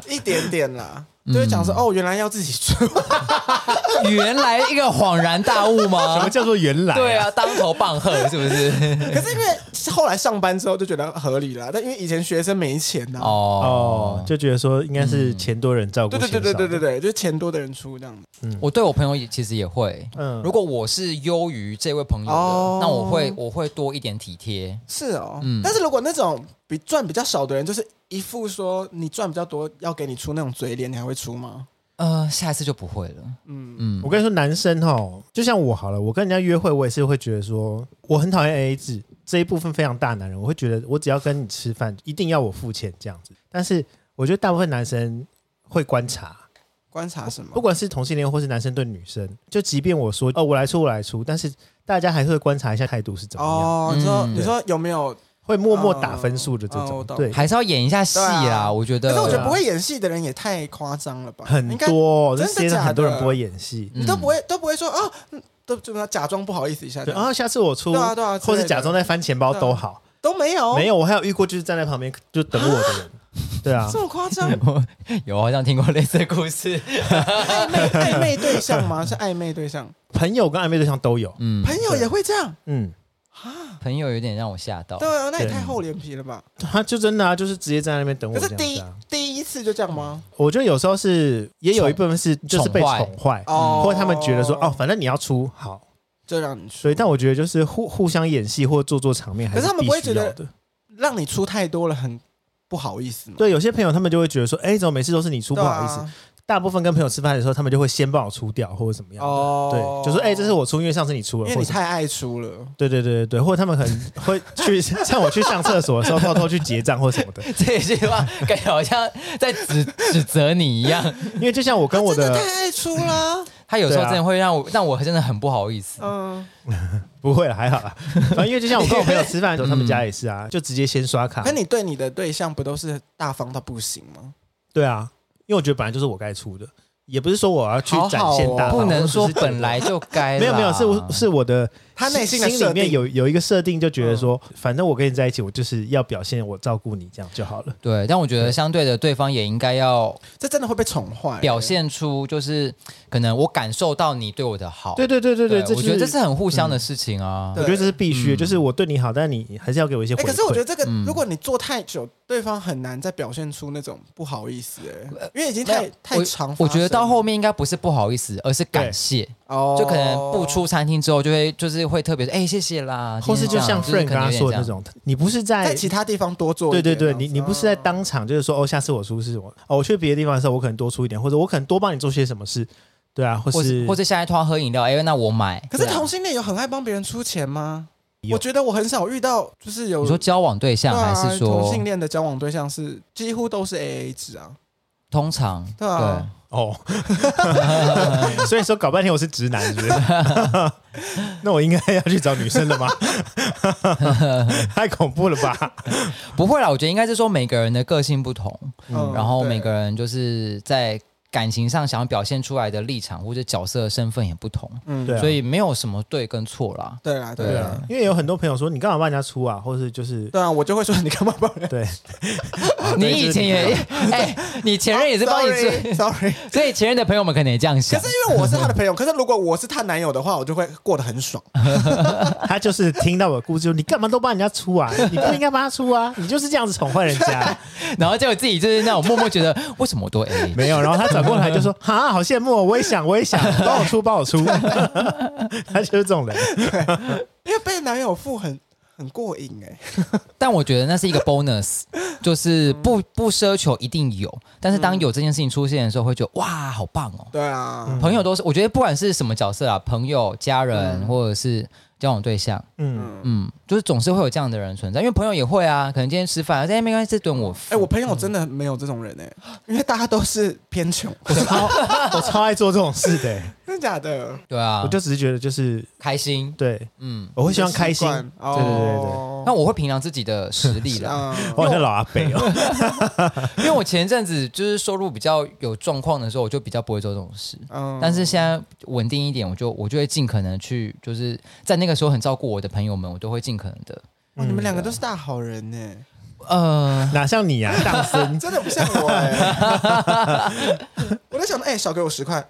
Speaker 2: 一点点啦，
Speaker 3: 嗯
Speaker 2: 就会讲说哦，原来要自己出，
Speaker 1: 原来一个恍然大悟
Speaker 3: 什么
Speaker 1: 吗？
Speaker 3: 叫做原来？
Speaker 1: 对，啊，当头棒喝是不是？
Speaker 2: 可是因为后来上班之后就觉得合理啦，但因为以前学生没钱呐。
Speaker 1: 哦
Speaker 3: 哦，，就觉得说应该是钱多人照顾
Speaker 2: 对
Speaker 3: 钱
Speaker 2: 对
Speaker 3: 少，
Speaker 2: 嗯对对对对对，就是钱多的人出这样子。
Speaker 1: 我对我朋友也其实也会，
Speaker 3: 嗯
Speaker 1: 如果我是优于这位朋友的，
Speaker 2: 哦
Speaker 1: 那我会我会多一点体贴。
Speaker 2: 是哦，
Speaker 3: 嗯
Speaker 2: 但是如果那种比赚比较少的人，就是一副说你赚比较多，要给你出那种嘴脸，你还会出吗？
Speaker 1: 呃，下一次就不会了。
Speaker 2: 嗯，
Speaker 1: 嗯
Speaker 3: 我，跟你说，男生哈，就像我好了，我跟人家约会，我也是会觉得说，我很讨厌 AA 制这一部分非常大男人，我会觉得我只要跟你吃饭，一定要我付钱这样子。但是我觉得大部分男生会观察，
Speaker 2: 观察什么
Speaker 3: 不？管是同性恋或是男生对女生，就即便我说哦我来出我来出，但是大家还是会观察一下态度是怎么样，
Speaker 2: 哦，你说、
Speaker 1: 嗯
Speaker 2: 你说有没有？
Speaker 3: 会默默打分数的这
Speaker 2: 哦哦我
Speaker 3: 种，
Speaker 2: 懂
Speaker 3: 对，
Speaker 1: 还是要演一下戏
Speaker 2: 对
Speaker 1: 啦。
Speaker 2: 啊
Speaker 1: 我觉
Speaker 2: 可
Speaker 1: 得，
Speaker 2: 是我觉得不会演戏的人也太夸张了吧？
Speaker 3: 很
Speaker 2: 应该
Speaker 3: 多哦，这
Speaker 2: 真的
Speaker 3: 世界上
Speaker 2: 假
Speaker 3: 很多人
Speaker 2: 的
Speaker 3: 不会演戏，
Speaker 1: 嗯
Speaker 2: 你都不会、都不会说啊，嗯都就假装不好意思一下，
Speaker 3: 对
Speaker 2: 啊
Speaker 3: 啊，下次我出，
Speaker 2: 对啊对啊之类的嗯哦
Speaker 3: 或是假装在翻钱包都好，
Speaker 2: 都没有，
Speaker 3: 没有，我还有遇过就是站在旁边就等我的 人，对啊
Speaker 2: 这，么夸张？
Speaker 1: 有好像听过类似的故事。
Speaker 2: 暧昧暧昧对象吗？是暧昧对象，
Speaker 3: 朋友跟暧昧对象都有，
Speaker 1: 嗯，
Speaker 2: 朋友也会这样
Speaker 3: 嗯，
Speaker 2: 啊？
Speaker 1: 朋友有点让我吓到
Speaker 2: 对。啊，那也
Speaker 3: 对
Speaker 2: 太厚脸皮了吧？
Speaker 3: 他就真的啊，就是直接站在那边等我
Speaker 2: 可是
Speaker 3: 这样
Speaker 2: 第
Speaker 3: 子
Speaker 2: 一
Speaker 3: 啊。
Speaker 2: 第一次就这样吗？
Speaker 3: 我觉得有时候是也有一部分是就是被
Speaker 1: 宠坏
Speaker 3: 宠坏，
Speaker 2: 哦，
Speaker 3: 或者他们觉得说哦，反正你要出好，
Speaker 2: 就让你出
Speaker 3: 所以，，但我觉得就是互互相演戏或做做场面，还
Speaker 2: 可是他们不会
Speaker 3: 必须
Speaker 2: 觉
Speaker 3: 要
Speaker 2: 得
Speaker 3: 的。
Speaker 2: 让你出太多了，很不好意思嘛。
Speaker 3: 对，有些朋友他们就会觉得说，哎，怎么每次都是你出，不
Speaker 2: 对啊
Speaker 3: 好意思。大部分跟朋友吃饭的时候，他们就会先帮我出掉或者怎么样的。
Speaker 2: 哦
Speaker 3: 对，就说哎，这是我出，因为上次你出了，
Speaker 2: 因为
Speaker 3: 或
Speaker 2: 你
Speaker 3: 者
Speaker 2: 太爱出了，
Speaker 3: 对对对对对，或者他们很会去， 像我去上厕所的时候偷偷去结账或什么的，
Speaker 1: 这句话感觉好像在指 指责你一样。
Speaker 3: 因为就像我跟我
Speaker 2: 啊真的
Speaker 3: 的
Speaker 2: 太爱出 啦。
Speaker 1: 他有时候
Speaker 3: 对啊
Speaker 1: 真的会让我让我真的很不好意思。
Speaker 2: 嗯，
Speaker 3: 不会了，还好啦，反正因为就像我跟我朋友吃饭的时候，他
Speaker 1: 嗯
Speaker 3: 们家也是啊，就直接先刷卡
Speaker 2: 可。你对你的对象不都是大方到不行吗？
Speaker 3: 对啊，因为我觉得本来就是我该出的，也不是说我要去
Speaker 1: 好
Speaker 3: 展
Speaker 1: 好
Speaker 3: 现大
Speaker 1: 哦，
Speaker 3: 方，
Speaker 1: 不能
Speaker 3: 我只
Speaker 1: 说
Speaker 3: 是觉
Speaker 1: 本
Speaker 3: 得
Speaker 1: 来就该啦。
Speaker 3: 没有没有，是我是我的
Speaker 2: 他内心
Speaker 3: 心
Speaker 2: 的
Speaker 3: 心
Speaker 2: 设
Speaker 3: 里面
Speaker 2: 定嗯
Speaker 3: 有有一个设定，就觉得说，反正我跟你在一起，我就是要表现我照顾你这样就好了。
Speaker 1: 对，但我觉得相对的，对方也应该要
Speaker 2: 这真的会被宠坏。欸
Speaker 1: 表现出，就是可能我感受到你对我的
Speaker 2: 哦
Speaker 1: 好。
Speaker 3: 对对对对对，
Speaker 1: 我觉得这
Speaker 3: 就是是
Speaker 1: 很互相的事情啊。
Speaker 3: 我
Speaker 2: 对
Speaker 3: 觉得这是必
Speaker 1: 嗯
Speaker 3: 须的，就是我对你好，但你还是要给我一些
Speaker 2: 哎，
Speaker 3: 回馈。
Speaker 2: 可是我觉得这个
Speaker 1: 嗯，
Speaker 2: 如果你做太久，对方很难再表现出那种不好意思，
Speaker 3: 呃
Speaker 2: 哎，因为已经
Speaker 1: 没
Speaker 2: 太
Speaker 1: 有
Speaker 2: 太长。
Speaker 1: 我觉得到后面应该不是不好意思，而是感
Speaker 3: 对
Speaker 1: 谢，
Speaker 2: 哦，
Speaker 1: 就可能不出餐厅之后，就会就是会特别说哎、谢谢啦，
Speaker 3: 哦或是
Speaker 1: 今
Speaker 3: 就
Speaker 1: 天这样
Speaker 3: 像 Frank 刚刚
Speaker 1: 就是可能有
Speaker 3: 说的那，
Speaker 1: 点这样
Speaker 3: 种，你不是在
Speaker 2: 在其他地方多做
Speaker 3: 对
Speaker 2: 一
Speaker 3: 对
Speaker 2: 点。
Speaker 3: 对，
Speaker 2: 这样
Speaker 3: 你
Speaker 2: 子啊
Speaker 3: 你不是在当场就是说哦，下次我出是我哦，我去别的地方的时候，我可能多出一点，或者我可能多帮你做些什么事，对啊，或
Speaker 1: 或
Speaker 3: 是
Speaker 1: 是或者下一趟喝饮料，哎、那我买。
Speaker 2: 可是
Speaker 1: 对啊
Speaker 2: 同性恋有很爱帮别人出钱吗？
Speaker 3: 有
Speaker 2: 我觉得我很少遇到，就是有
Speaker 1: 你说交往对
Speaker 2: 对
Speaker 1: 象、
Speaker 2: 啊，
Speaker 1: 还是
Speaker 2: 同
Speaker 1: 说
Speaker 2: 性恋的交往对象是几乎都是 A A 制啊？
Speaker 1: 通常
Speaker 2: 对啊
Speaker 3: 哦， 所以说搞半天我是直男，是不 是？那我应该要去找女生了吗？ 太恐怖了吧！
Speaker 1: 不会啦，我觉得应该是说每个人的个性不同，
Speaker 2: 嗯
Speaker 1: 然后
Speaker 2: 对
Speaker 1: 每个人就是在。感情上想要表现出来的立场或者角色的身份也不同，
Speaker 2: 嗯，
Speaker 3: 对啊
Speaker 1: 所以没有什么对跟错啦。
Speaker 2: 对啦，对
Speaker 1: 对
Speaker 2: 啦
Speaker 1: 啊，
Speaker 3: 因为有很多朋友说你干嘛帮人家出啊，或是就是
Speaker 2: 对啊，我就会说你干嘛帮 人？
Speaker 3: 对，啊
Speaker 1: 你以前 也， 哎、你前任也是帮你追，
Speaker 2: Sorry，，sorry。
Speaker 1: 所以前任的朋友们可能也这样
Speaker 2: 可
Speaker 1: 想
Speaker 2: 是。因为我是她的朋友，可是如果我是她男友的话，我就会过得很爽。
Speaker 3: 他就是听到我的故事，就你干嘛都帮人家出啊？你不应该帮他出啊？你就是这样子宠坏人家。
Speaker 1: 然后结果自己就是那种默默觉得， 为什么我都 A？
Speaker 3: 没有，然后他转过来就说：“哈，好羡慕哦，我也想，我也想，帮我出，帮我出。”他就是这种人，
Speaker 2: 因为被男友付很很过瘾哎、
Speaker 1: 但我觉得那是一个 bonus，就是
Speaker 3: 嗯
Speaker 1: 不不奢求一定有，但是当有这件事情出现的时候，会觉得哇，好棒哦！
Speaker 2: 对啊，
Speaker 3: 嗯
Speaker 1: 朋友都是，我觉得不管是什么角色啊，朋友、家人、或者是交往对象，
Speaker 3: 嗯，
Speaker 2: 嗯，
Speaker 1: 嗯，就是总是会有这样的人存在，因为朋友也会啊，可能今天吃饭，哎，没关系，这顿我
Speaker 2: 哎、
Speaker 1: 付。
Speaker 2: 我朋友真的没有这种人哎、因为大家都是偏穷，
Speaker 3: 我超我超爱做这种事的、
Speaker 2: 真的假的？
Speaker 1: 对啊，
Speaker 3: 我就只是觉得就是
Speaker 1: 开心，
Speaker 3: 对，
Speaker 1: 嗯，
Speaker 3: 我会希望开心
Speaker 2: 习。惯
Speaker 3: 对对对对
Speaker 2: 哦
Speaker 1: 那我会评量自己的实力 啦，
Speaker 3: 我
Speaker 2: 嗯，
Speaker 3: 好像老阿伯哦，
Speaker 1: 因为我前阵子就是收入比较有状况的时候，我就比较不会做这种事。
Speaker 2: 嗯
Speaker 1: 但是现在稳定一点，我就我就会尽可能去，就是在那个时候很照顾我的朋友们，我都会尽可能的。
Speaker 2: 哇
Speaker 3: 嗯
Speaker 2: 你们两个都是大好人呢、
Speaker 1: 呃，
Speaker 3: 哪 像你啊，当真
Speaker 2: 真的不像我 哎、我在想，哎、少给我十 块，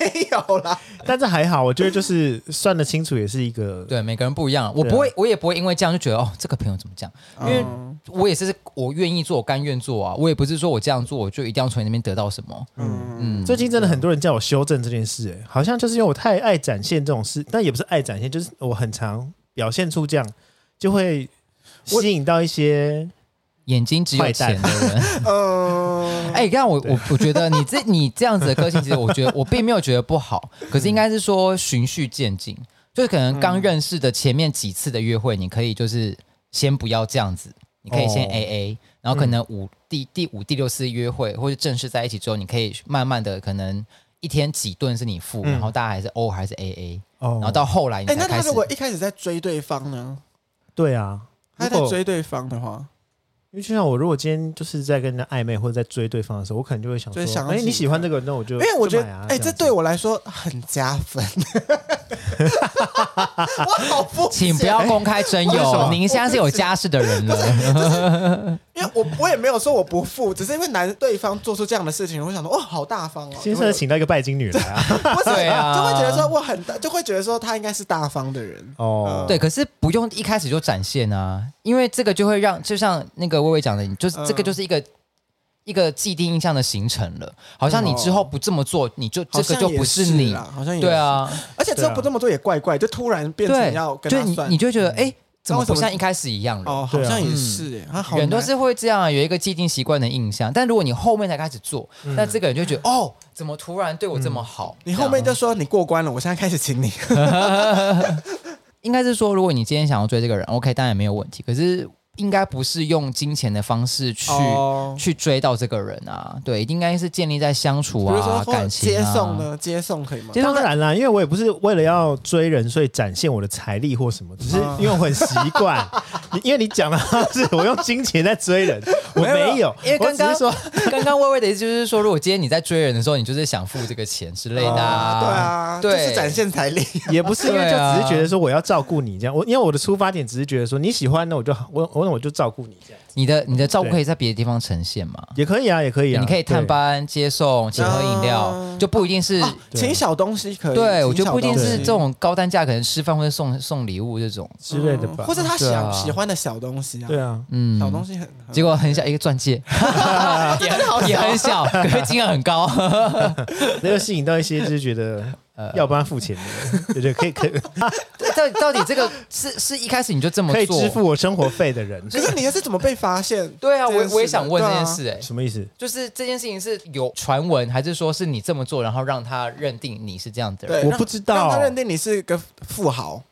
Speaker 2: 没有啦，
Speaker 3: 但这还好，我觉得就是算得清楚也是一个，
Speaker 1: 对，每个人不一样，我
Speaker 3: 对啊
Speaker 1: 不会，我也不会因为这样就觉得哦，这个朋友怎么这样？因为
Speaker 2: 嗯
Speaker 1: 我也是我愿意做，我甘愿做啊，我也不是说我这样做我就一定要从你那边得到什么。
Speaker 2: 嗯，
Speaker 1: 嗯，
Speaker 3: 最近真的很多人叫我修正这件事、哎，好像就是因为我太爱展现这种事，但也不是爱展现，就是我很常表现出这样，就会吸引到一些
Speaker 1: 眼睛只有钱的人。
Speaker 2: 嗯
Speaker 3: 嗯
Speaker 2: 呃，
Speaker 1: 哎，让我我我觉得你这你这样子的个性，其实我觉得我并没有觉得不好，可是应该是说循序渐进，就是可能
Speaker 2: 嗯
Speaker 1: 刚认识的前面几次的约会，你可以就是先不要这样子，你可以先
Speaker 3: 哦
Speaker 1: A A，、然后
Speaker 2: 嗯
Speaker 1: 可能五、第第五第六次约会或者正式在一起之后，你可以慢慢的可能一天几顿是你付，
Speaker 3: 嗯
Speaker 1: 然后大家还是 O 还是 A A，、
Speaker 3: 哦
Speaker 1: 然后到后来你
Speaker 2: 哎、
Speaker 1: 才
Speaker 2: 那
Speaker 1: 开
Speaker 2: 他
Speaker 1: 始
Speaker 2: 如。果一开始在追对方呢？
Speaker 3: 对啊，
Speaker 2: 他
Speaker 3: 如
Speaker 2: 在
Speaker 3: 果
Speaker 2: 追对方的话，
Speaker 3: 因为就像我，如果今天就是在跟人家暧昧或者在追对方的时候，我可能就会想说
Speaker 2: 就会想，要
Speaker 3: 哎、
Speaker 2: 自己
Speaker 3: 你喜欢这个，那我就
Speaker 2: 因为我觉得
Speaker 3: 就买，啊、
Speaker 2: 哎、
Speaker 3: 这
Speaker 2: 这
Speaker 3: 样子
Speaker 2: 对我来说很加 分。 我好不解
Speaker 1: 请不要公开真
Speaker 2: 为什
Speaker 1: 友，
Speaker 2: 么
Speaker 1: 您现在是有家室的人 了。
Speaker 2: 因为我我也没有说我不付，只是因为男对方做出这样的事情，我会想说，哇，好大方哦。
Speaker 3: 先生请到一个拜金女来啊，
Speaker 2: 不是，
Speaker 1: 对啊
Speaker 2: 就会觉得说我很大，就会觉得说他应该是大方的人。
Speaker 3: 哦，
Speaker 1: 对，可是不用一开始就展现啊，因为这个就会让，就像那个薇薇讲的，你就是、这个
Speaker 2: 嗯
Speaker 1: 就是一个一个既定印象的形成了，好像你之后不这么做，你就这个就不
Speaker 2: 是
Speaker 1: 你，
Speaker 2: 啦，嗯好像也是
Speaker 1: 对，啊，
Speaker 2: 而且之后不这么做也怪怪，就突然变成
Speaker 1: 对
Speaker 2: 要，跟
Speaker 1: 就
Speaker 2: 他
Speaker 1: 你
Speaker 2: 算嗯
Speaker 1: 你。就会觉得哎、怎么
Speaker 2: 那为什
Speaker 1: 不
Speaker 2: 么
Speaker 1: 像一开始一样了？
Speaker 2: 哦，好
Speaker 3: 对啊
Speaker 2: 像也是哎，他好
Speaker 1: 人都
Speaker 2: 难
Speaker 1: 是会这样啊，有一个既定习惯的印象，但如果你后面才开始做，那这个人就觉得哦，怎么突然对我这么好？
Speaker 2: 嗯你
Speaker 1: 这
Speaker 2: 后
Speaker 1: 样
Speaker 2: 面就说你过关了，我现在开始请你。
Speaker 1: 应该是说，如果你今天想要追这个人，OK，当然没有问题。可是应该不是用金钱的方式去、
Speaker 2: 哦
Speaker 1: 去追到这个人啊，对，应该是建立在相处
Speaker 2: 比如
Speaker 1: 啊
Speaker 2: 说、或
Speaker 1: 感
Speaker 2: 者
Speaker 1: 情、
Speaker 2: 接
Speaker 1: 啊、
Speaker 2: 送呢，接送可以吗？
Speaker 1: 接送
Speaker 3: 当
Speaker 1: 在。
Speaker 3: 然啦，因为我也不是为了要追人，所以展现我的财力或什么，只是因为我很习惯。 你因为你讲的是我用金钱在追人，我没有，
Speaker 1: 因为
Speaker 3: 我
Speaker 1: 刚
Speaker 3: 只
Speaker 1: 刚
Speaker 3: 是说，
Speaker 1: 刚刚微微的意思就是说，如果今天你在追人的时候，你就是想付这个钱之类的、
Speaker 2: 啊对啊，
Speaker 1: 对，
Speaker 2: 就是展现财力。
Speaker 3: 也不是因为就
Speaker 1: 对啊
Speaker 3: 只是觉得说我要照顾你这样。我因为我的出发点只是觉得说你喜欢，那我就我我那我就照顾你这样，
Speaker 1: 你的你的照顾
Speaker 3: 对
Speaker 1: 可以在别的地方呈现嘛？
Speaker 3: 也可以啊，也可以啊，
Speaker 1: 你可以探
Speaker 3: 对。
Speaker 1: 班、接送、请喝饮料，
Speaker 2: 啊
Speaker 1: 就不一定是。
Speaker 2: 啊
Speaker 3: 对
Speaker 2: 请小东西可以，
Speaker 1: 对，我觉得
Speaker 2: 请小
Speaker 1: 不一定
Speaker 2: 东西
Speaker 1: 是这种高单价，可能吃饭或者送送礼物这种。
Speaker 3: 之类的吧，
Speaker 2: 嗯或者他
Speaker 1: 对
Speaker 2: 想
Speaker 1: 啊
Speaker 2: 喜欢的小东西啊，
Speaker 3: 对啊，
Speaker 1: 嗯，
Speaker 2: 小东西很很
Speaker 1: 结果很小一个钻 戒，也很也很小，可是金额很高。
Speaker 3: 那就吸引到一些就是觉 得呃要帮他付钱的 人，对对，可以可以
Speaker 1: 到底到底这个是是一开始你就这么
Speaker 3: 可以
Speaker 1: 做？
Speaker 3: 支付我生活费的人，
Speaker 2: 可是你是怎么被发 现这件事的？
Speaker 1: 对啊，我我也想问这件
Speaker 2: 对啊。
Speaker 1: 事哎、
Speaker 3: 什么意思？
Speaker 1: 就是这件事情是有传闻，还是说是你这么做，然后让他认定你是这样的人？
Speaker 2: 对，
Speaker 3: 我
Speaker 2: 让
Speaker 3: 不知道
Speaker 2: 让他认定你是个富豪，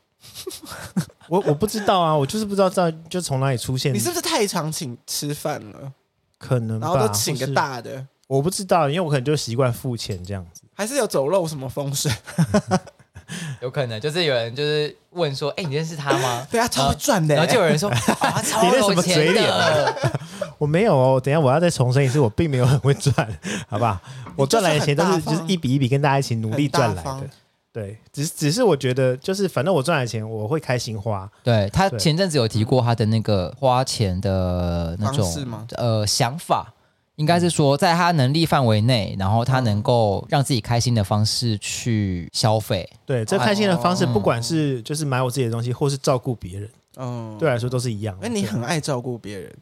Speaker 3: 我我不知道啊，我就是不知道这就从哪里出现，
Speaker 2: 你是不是太常请吃饭了，
Speaker 3: 可能吧，
Speaker 2: 然后都请
Speaker 3: 或
Speaker 2: 个
Speaker 3: 是，
Speaker 2: 大的，
Speaker 3: 我不知道，因为我可能就习惯付钱这样子。
Speaker 2: 还是有走漏什么风 水？
Speaker 1: 有可能就是有人就是问说，哎、你认识他吗？
Speaker 2: 对啊，超会赚的欸，
Speaker 1: 然后就有人说，啊，超
Speaker 3: 你那
Speaker 1: 有
Speaker 3: 什么
Speaker 1: 钱
Speaker 3: 嘴
Speaker 1: 的，
Speaker 3: 我没有哦，等一下我要再重申一次，我并没有很会赚， 好不好？我赚来的钱都是
Speaker 2: 你就是很大
Speaker 3: 就是
Speaker 2: 方
Speaker 3: 一笔一笔跟大家一起努力赚
Speaker 2: 很
Speaker 3: 来
Speaker 2: 大
Speaker 3: 的
Speaker 2: 方。
Speaker 3: 对，只是只是我觉得就是反正我赚来的钱我会开心花，
Speaker 1: 对他
Speaker 3: 对
Speaker 1: 前阵子有提过他的那个花钱的那
Speaker 2: 方式吗
Speaker 1: 种呃想法，应该是说在他能力范围内，然后他
Speaker 2: 嗯
Speaker 1: 能够让自己开心的方式去消费。
Speaker 3: 对，这开心的方式，
Speaker 1: 哦
Speaker 3: 不管是就是买我自己的东西，或是照顾别人，
Speaker 2: 嗯，
Speaker 3: 对我来啊说都是一样的。
Speaker 2: 哎，你很爱照顾别人，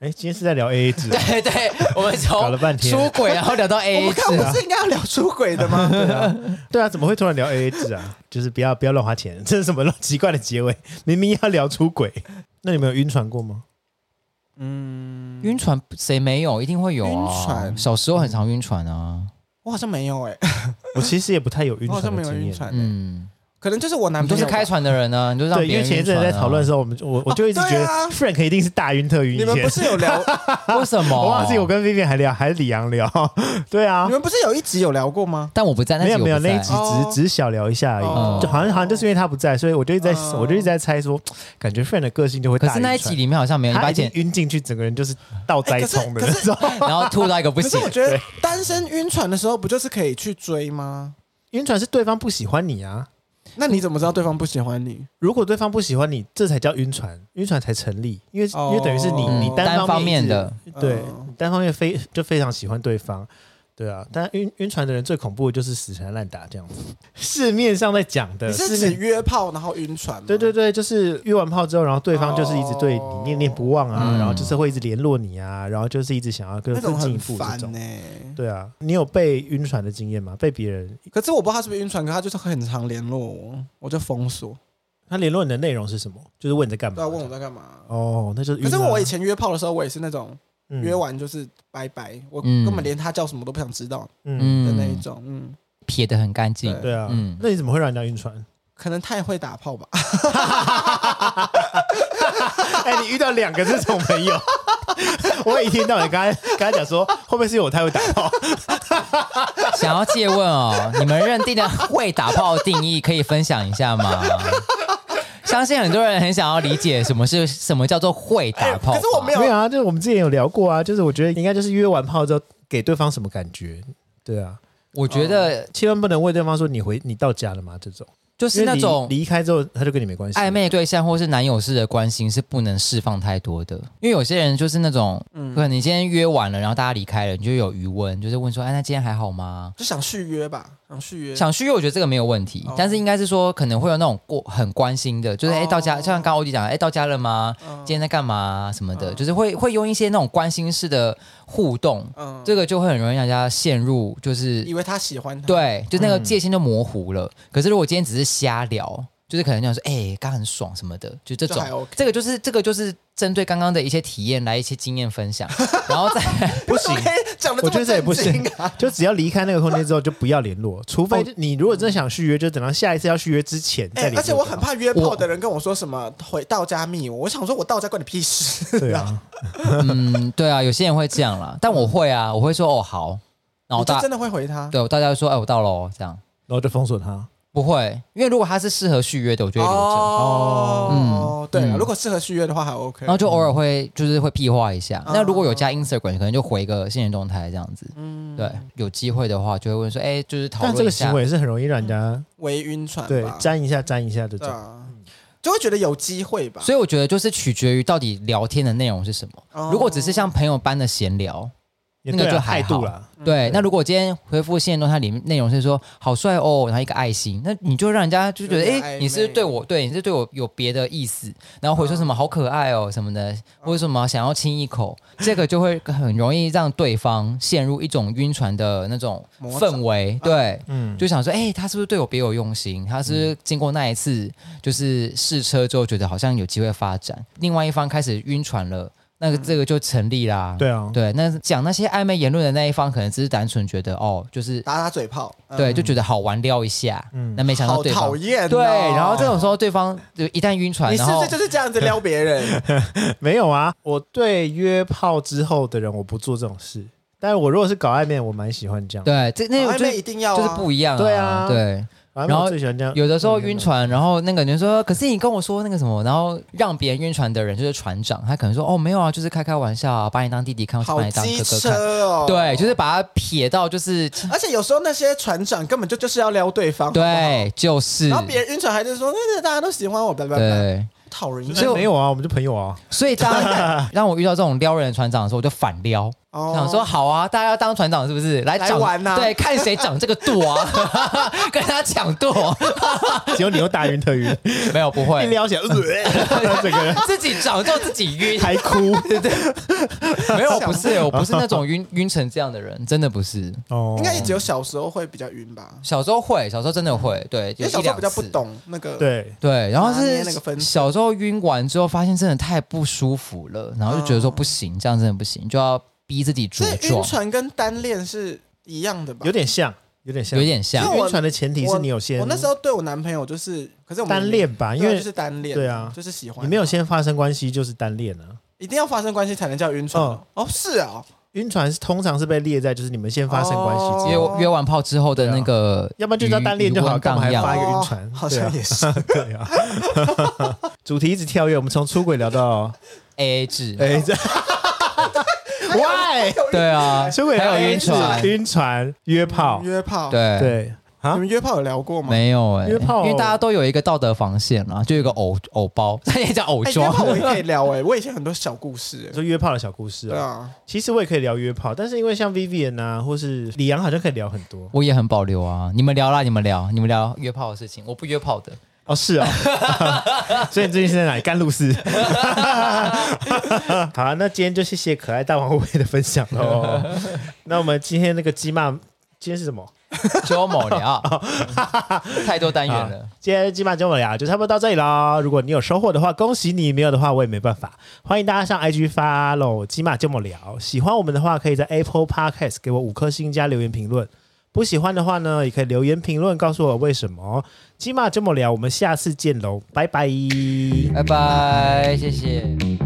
Speaker 3: 哎，今天是在聊 AA 制啊，
Speaker 1: 对对，我们
Speaker 3: 搞
Speaker 1: 从
Speaker 3: 了半天
Speaker 1: 出轨然后聊到
Speaker 3: 哎
Speaker 2: 我
Speaker 1: AA
Speaker 2: 们刚
Speaker 1: 制
Speaker 2: 刚
Speaker 1: 啊
Speaker 2: 不，是应该要聊出轨 的吗？
Speaker 3: 对啊，对啊，怎么会突然聊 AA 制啊？就是不要不要乱花钱，这是什么乱奇怪的结尾？明明要聊出轨，那你们有晕船过吗？
Speaker 2: 嗯，
Speaker 1: 晕船谁没有？一定会有啊！
Speaker 2: 晕船
Speaker 1: 小时候很常晕船啊。
Speaker 2: 我好像没有哎，
Speaker 3: 我其实也不太有晕
Speaker 2: 我好像
Speaker 3: 船
Speaker 2: 哦没
Speaker 3: 的
Speaker 2: 有
Speaker 3: 经
Speaker 2: 晕
Speaker 3: 验。
Speaker 2: 船，嗯，
Speaker 1: 嗯，
Speaker 2: 可能就是我男
Speaker 1: 你就
Speaker 2: 朋
Speaker 1: 是
Speaker 2: 友
Speaker 1: 开
Speaker 2: 吧。
Speaker 1: 船的人啊，你就让
Speaker 3: 对，因
Speaker 1: 别
Speaker 3: 为
Speaker 1: 人
Speaker 3: 前一
Speaker 1: 晕
Speaker 3: 阵
Speaker 1: 船
Speaker 3: 子
Speaker 1: 啊
Speaker 3: 在讨 论的时候，我们我我就一直觉
Speaker 2: 对
Speaker 3: 得
Speaker 2: 啊
Speaker 3: Frank 一定是大晕特晕。
Speaker 2: 你们
Speaker 3: 以前
Speaker 2: 不是有聊？
Speaker 1: 为什么？
Speaker 3: 我忘记我跟 Vivian 还聊，还是李阳聊。 对啊
Speaker 2: 你，们不是有一集有聊过吗？
Speaker 1: 但我不在，那
Speaker 3: 没有
Speaker 1: 集
Speaker 3: 没有
Speaker 1: 我不
Speaker 3: 那一
Speaker 1: 在
Speaker 3: 集
Speaker 2: 哦
Speaker 3: 只只是小聊一下而
Speaker 2: 哦
Speaker 3: 已，就好像好像就是因为他不在，所以我就一直在
Speaker 2: 哦
Speaker 3: 我就一直在猜说，感觉 Frank 的个性就会
Speaker 1: 可
Speaker 3: 大
Speaker 1: 是
Speaker 3: 晕
Speaker 1: 那
Speaker 3: 船。
Speaker 1: 一集里面好像没有你
Speaker 3: 他
Speaker 1: 把
Speaker 3: 已经
Speaker 1: 剪，
Speaker 3: 晕进去，整个人就是倒栽葱的
Speaker 2: 哎可
Speaker 3: 那
Speaker 2: 是
Speaker 3: 种。
Speaker 1: 然后吐到一个不
Speaker 2: 可是
Speaker 1: 行
Speaker 2: 我。觉得单身晕船的时候，不就是可以去追吗？
Speaker 3: 晕船是对方不喜欢你啊，
Speaker 2: 那你怎么知道对方不喜欢你？
Speaker 3: 如果对方不喜欢你，这才叫晕船，晕船才成立，因为、
Speaker 2: 哦
Speaker 3: 因为等于是你
Speaker 1: 嗯
Speaker 3: 你
Speaker 1: 单
Speaker 3: 方
Speaker 1: 方面
Speaker 3: 面一直
Speaker 1: 的，
Speaker 3: 对，
Speaker 2: 嗯
Speaker 3: 你单方面非就非常喜欢对方。对啊，但晕晕船的人最恐怖的就是死缠烂打这样子。市面上在讲的，
Speaker 2: 你是
Speaker 3: 市
Speaker 2: 指
Speaker 3: 面
Speaker 2: 约炮然后晕船吗？
Speaker 3: 呃对对对，就是约完炮之后，然后对方就是一直对你
Speaker 2: 哦
Speaker 3: 念念不忘啊，
Speaker 1: 嗯
Speaker 3: 然后就是会一直联络你啊，然后就是一直想要跟
Speaker 2: 那种
Speaker 3: 更进一
Speaker 2: 很
Speaker 3: 步这
Speaker 2: 烦欸
Speaker 3: 种
Speaker 2: 呢、。
Speaker 3: 对啊，你有被晕船的经验吗？被别人
Speaker 2: 可是我不知道他是不是晕船，可他就是很常联络我，我就封锁，
Speaker 3: 他联络你的内容是什么？就是问你在干嘛？
Speaker 2: 对啊，问我在干嘛。
Speaker 3: 哦，那就是晕
Speaker 2: 可
Speaker 3: 啊。
Speaker 2: 是我以前约炮的时候，我也是那种
Speaker 3: 嗯
Speaker 2: 约完就是拜拜，我
Speaker 1: 嗯
Speaker 2: 根本连他叫什么都不想知道
Speaker 3: 嗯，
Speaker 2: 的那一
Speaker 1: 嗯，
Speaker 2: 种。嗯，
Speaker 1: 撇得很干净。
Speaker 2: 对
Speaker 3: 对啊，
Speaker 1: 嗯
Speaker 3: 那你怎么会让人家晕船？
Speaker 2: 可能太会打炮吧。
Speaker 3: 哎，你遇到两个这种朋友， 我一天到晚跟他跟他讲说，会不会是因为我太会打炮？
Speaker 1: 想要借问哦，你们认定的会打炮的定义可以分享一下 吗？相信很多人很想要理解什么是什么叫做会打炮吧、
Speaker 2: 哎可是我没有
Speaker 3: 没有啊，就是我们之前有聊过啊，就是我觉得应该就是约完炮之后给对方什么感觉。对啊，
Speaker 1: 我觉得
Speaker 3: 千万不能问对方说你回你到家了吗？这种
Speaker 1: 就是那
Speaker 3: 因为
Speaker 1: 种哎
Speaker 3: 离离开之后他就跟你没关系。
Speaker 1: 暧昧对象或是男友式的关心是不能释放太多的，因为有些人就是那种，
Speaker 2: 嗯
Speaker 1: 可能你今天约完了，然后大家离开了，你就有余温，就是问说，哎，那今天还好吗？
Speaker 2: 就想续约吧，想续约。
Speaker 1: 想续约，我觉得这个没有问题，
Speaker 2: 哦
Speaker 1: 但是应该是说可能会有那种过很关心的，就是哎、
Speaker 2: 哦
Speaker 1: 到家，像刚刚欧弟讲的，哎、到家了吗？
Speaker 2: 嗯
Speaker 1: 今天在干嘛啊、什么的，
Speaker 2: 嗯
Speaker 1: 就是会会用一些那种关心式的互动，
Speaker 2: 嗯
Speaker 1: 这个就会很容易让人家陷入就
Speaker 2: 以
Speaker 1: 是
Speaker 2: 为他喜欢他，，
Speaker 1: 对，就那个
Speaker 3: 嗯
Speaker 1: 界限就模糊了。可是如果今天只是瞎聊，就是可能这样说，哎、刚很爽什么的，就这
Speaker 2: 就
Speaker 1: 种
Speaker 2: 还 OK
Speaker 1: 这个就是这个就是针对刚刚的一些体验来一些经验分享， 然后再
Speaker 3: 不行，
Speaker 2: 讲的
Speaker 3: 我觉得这也不是
Speaker 2: 行。，
Speaker 3: 就只要离开那个空间之后就不要联络，除非
Speaker 1: 啊哦
Speaker 3: 你如果真的想续约，就等到下一次要续约之前
Speaker 2: 哎、
Speaker 3: 再联络。
Speaker 2: 而且我很怕约炮的人跟我说什么回到家密我，我想说我到家关你屁事。
Speaker 3: 对啊，
Speaker 1: 嗯，对啊，有些人会这样啦，但我会啊，我会说哦好，然后
Speaker 2: 你就
Speaker 1: 大
Speaker 2: 哦真的会回他？
Speaker 1: 对我大家就说哎、我到了哦，这样
Speaker 3: 然后就封锁他。
Speaker 1: 不会，因为如果他是适合续约的，我就会留着。
Speaker 2: 哦
Speaker 1: 嗯，
Speaker 2: 对了，
Speaker 1: 嗯啊
Speaker 2: 如果适合续约的话还 OK。
Speaker 1: 然后就偶尔会就是会屁话一下。
Speaker 2: 嗯
Speaker 1: 那如果有加 Instagram，可能就回个现实动态这样子。
Speaker 2: 嗯
Speaker 1: 对，有机会的话就会问说，哎，就是讨
Speaker 3: 但这
Speaker 1: 论一
Speaker 3: 个行
Speaker 1: 下。
Speaker 3: 为是很容易让人家
Speaker 2: 微晕船
Speaker 3: 对
Speaker 2: 吧，
Speaker 3: 沾一下沾一下这
Speaker 2: 对
Speaker 3: 种。
Speaker 2: 啊，就会觉得有机会吧。
Speaker 1: 所以我觉得就是取决于到底聊天的内容是什么。
Speaker 2: 哦
Speaker 1: 如果只是像朋友般的闲聊，
Speaker 3: 也
Speaker 1: 那个
Speaker 3: 对啊
Speaker 1: 就还
Speaker 3: 态度
Speaker 1: 好
Speaker 3: 啦，
Speaker 2: 嗯
Speaker 1: 对。那如果今天回复现实动态里面内容是说好帅哦，然后一个爱心，那你就让人家就觉
Speaker 2: 有
Speaker 1: 得，
Speaker 2: 点
Speaker 1: 哎，
Speaker 2: 暧
Speaker 1: 你是
Speaker 2: 昧嗯
Speaker 1: 对我对你是对我有别的意思，然后回说什么好可爱哦什么的，或者什么想要亲一口，这个就会很容易让对方陷入一种晕船的那种
Speaker 2: 魔
Speaker 1: 氛围，对。
Speaker 3: 嗯，
Speaker 1: 就想说，哎、他是不是对我别有用心？他是不
Speaker 2: 嗯
Speaker 1: 是经过那一次就是试车之后，觉得好像有机会发展，另外一方开始晕船了，那
Speaker 2: 嗯
Speaker 1: 个这个就成立啦。
Speaker 3: 对啊，
Speaker 1: 对，那讲那些暧昧言论的那一方，可能只是单纯觉得哦，就是
Speaker 2: 打打嘴炮，嗯
Speaker 1: 对，就觉得好玩撩一下，
Speaker 3: 嗯
Speaker 1: 那没想到
Speaker 2: 好
Speaker 1: 对方
Speaker 2: 讨厌哦。
Speaker 1: 对，然后这种时候对方就一旦晕船，
Speaker 2: 你是
Speaker 1: 然
Speaker 2: 不
Speaker 1: 后
Speaker 2: 是就是这样子撩别人？
Speaker 3: 没有啊，我对约炮之后的人我不做这种事，但是我如果是搞暧昧，我蛮喜欢这 样。
Speaker 1: 对这那种
Speaker 2: 暧
Speaker 1: 就
Speaker 2: 昧
Speaker 1: 是
Speaker 2: 一定要啊嗯
Speaker 1: 就是不一样、
Speaker 3: 对啊
Speaker 1: 对。
Speaker 3: 然
Speaker 1: 然后
Speaker 3: 后最喜欢这样，
Speaker 1: 有的时候晕船，然后那个人说，可是你跟我说那个什么，然后让别人晕船的人就是船长，他可能说哦没有啊，就是开开玩笑啊，把你当弟弟看，我就
Speaker 2: 好
Speaker 1: 把你当
Speaker 2: 机
Speaker 1: 哥哥
Speaker 2: 车
Speaker 1: 看。
Speaker 2: 哦。
Speaker 1: 对，就是把他撇到 就是
Speaker 2: 而且有时候那些船长根本就就是要撩对方，好不好
Speaker 1: 对，就是
Speaker 2: 然后别人晕船还是说那个大家都喜欢我，叭叭叭，
Speaker 1: 对，
Speaker 2: 讨人
Speaker 3: 所
Speaker 2: 厌
Speaker 3: 以没有啊，我们就朋友啊，
Speaker 1: 所以 当让我遇到这种撩人的船长的时候，我就反撩，
Speaker 2: 哦
Speaker 1: 想说好啊，大家要当船长是不是？来
Speaker 2: 来
Speaker 1: 长
Speaker 2: 玩啊
Speaker 1: 对，看谁长这个舵 啊，跟他抢舵，
Speaker 3: 只有你又大晕 特晕，
Speaker 1: 没有不
Speaker 3: 一
Speaker 1: 会，
Speaker 3: 撩起来，呃整个人
Speaker 1: 自己长就自己晕，
Speaker 3: 还 哭。
Speaker 1: 没有我不是，我不是那种晕 晕成这样的人，真的不是。
Speaker 3: 哦
Speaker 2: 应该也只有小时候会比较晕吧，
Speaker 1: 小时候会，小时候真的会，对，
Speaker 2: 因
Speaker 1: 有
Speaker 2: 为小
Speaker 1: 一
Speaker 2: 时候
Speaker 1: 两
Speaker 2: 比较不
Speaker 1: 次。
Speaker 2: 懂那个。
Speaker 3: 对，
Speaker 1: 对，然后
Speaker 2: 拿捏那个
Speaker 1: 是
Speaker 2: 分寸
Speaker 1: 小时候晕完之后，发现真的太不舒服了，然后就觉得说不行，这样真的不行，就要逼自己
Speaker 2: 所
Speaker 1: 茁
Speaker 2: 以晕
Speaker 1: 壮，
Speaker 2: 船跟单恋是一样的吧？
Speaker 3: 有点像，有点像，
Speaker 1: 有点像
Speaker 2: 因。为
Speaker 3: 因为
Speaker 2: 我
Speaker 3: 晕船的前提是你有先，
Speaker 2: 我那时候对我男朋友就是，可是我们
Speaker 3: 单恋吧，
Speaker 2: 对啊，
Speaker 3: 因为
Speaker 2: 就是单恋，
Speaker 3: 对啊
Speaker 2: 就是喜欢
Speaker 3: 你没有，先发生关系就是单恋啊。
Speaker 2: 一定要发生关系才能叫晕船哦。哦，是啊，
Speaker 3: 晕船是通常是被列在就是你们先发生关系之
Speaker 2: 哦
Speaker 3: 后，
Speaker 1: 约约完炮之后的那个余，
Speaker 3: 啊要不然就叫单恋就好
Speaker 1: 余温
Speaker 3: 干嘛还
Speaker 1: 荡漾
Speaker 3: 发一个晕船
Speaker 2: 哦好像也 是。
Speaker 3: 对啊。主题一直跳跃，我们从出轨聊到
Speaker 1: A 制？
Speaker 3: 哎这
Speaker 2: 哎
Speaker 3: ，why
Speaker 1: 对啊，
Speaker 3: 出轨
Speaker 1: 还
Speaker 3: 聊
Speaker 1: 有
Speaker 3: 到
Speaker 1: 晕船，
Speaker 3: 晕船约炮，
Speaker 2: 约炮，，
Speaker 1: 对。
Speaker 3: 对啊
Speaker 2: 你，们约炮有聊过吗？
Speaker 1: 没有哎、
Speaker 3: 约炮
Speaker 1: 因为大家都有一个道德防线啊啦，就有一个偶偶包， 他也叫偶
Speaker 2: 哎，约
Speaker 1: 装。
Speaker 2: 炮我也可以聊哎，我以前很多小故事
Speaker 3: 你
Speaker 2: 哎，
Speaker 3: 说约炮的小故事
Speaker 2: 对
Speaker 3: 啊，
Speaker 2: 啊，
Speaker 3: 其实我也可以聊约炮，但是因为像 Vivian 啊，或是李阳好像可以聊很多
Speaker 1: 我也很保留啊，你们聊啦，你们聊，你们聊约炮的事情，我不约 炮的。
Speaker 3: 哦，是啊，所以你最近是在哪里？甘露寺。好啊、那今天就谢谢可爱大王位的分享喽。那我们今天那个鸡骂，今天是什么？
Speaker 1: 周某聊，嗯太多单元了。
Speaker 3: 今天鸡骂周末聊就差不多到这里喽。如果你有收获的话，恭喜你；没有的话，我也没办法。欢迎大家上 IG follow 鸡骂周末聊。喜欢我们的话，可以在 Apple Podcast 给我五颗星加留言评论。不喜欢的话呢，也可以留言评论告诉我为什么。鸡骂周末聊，我们下次见喽，拜拜。
Speaker 1: 拜拜，谢谢。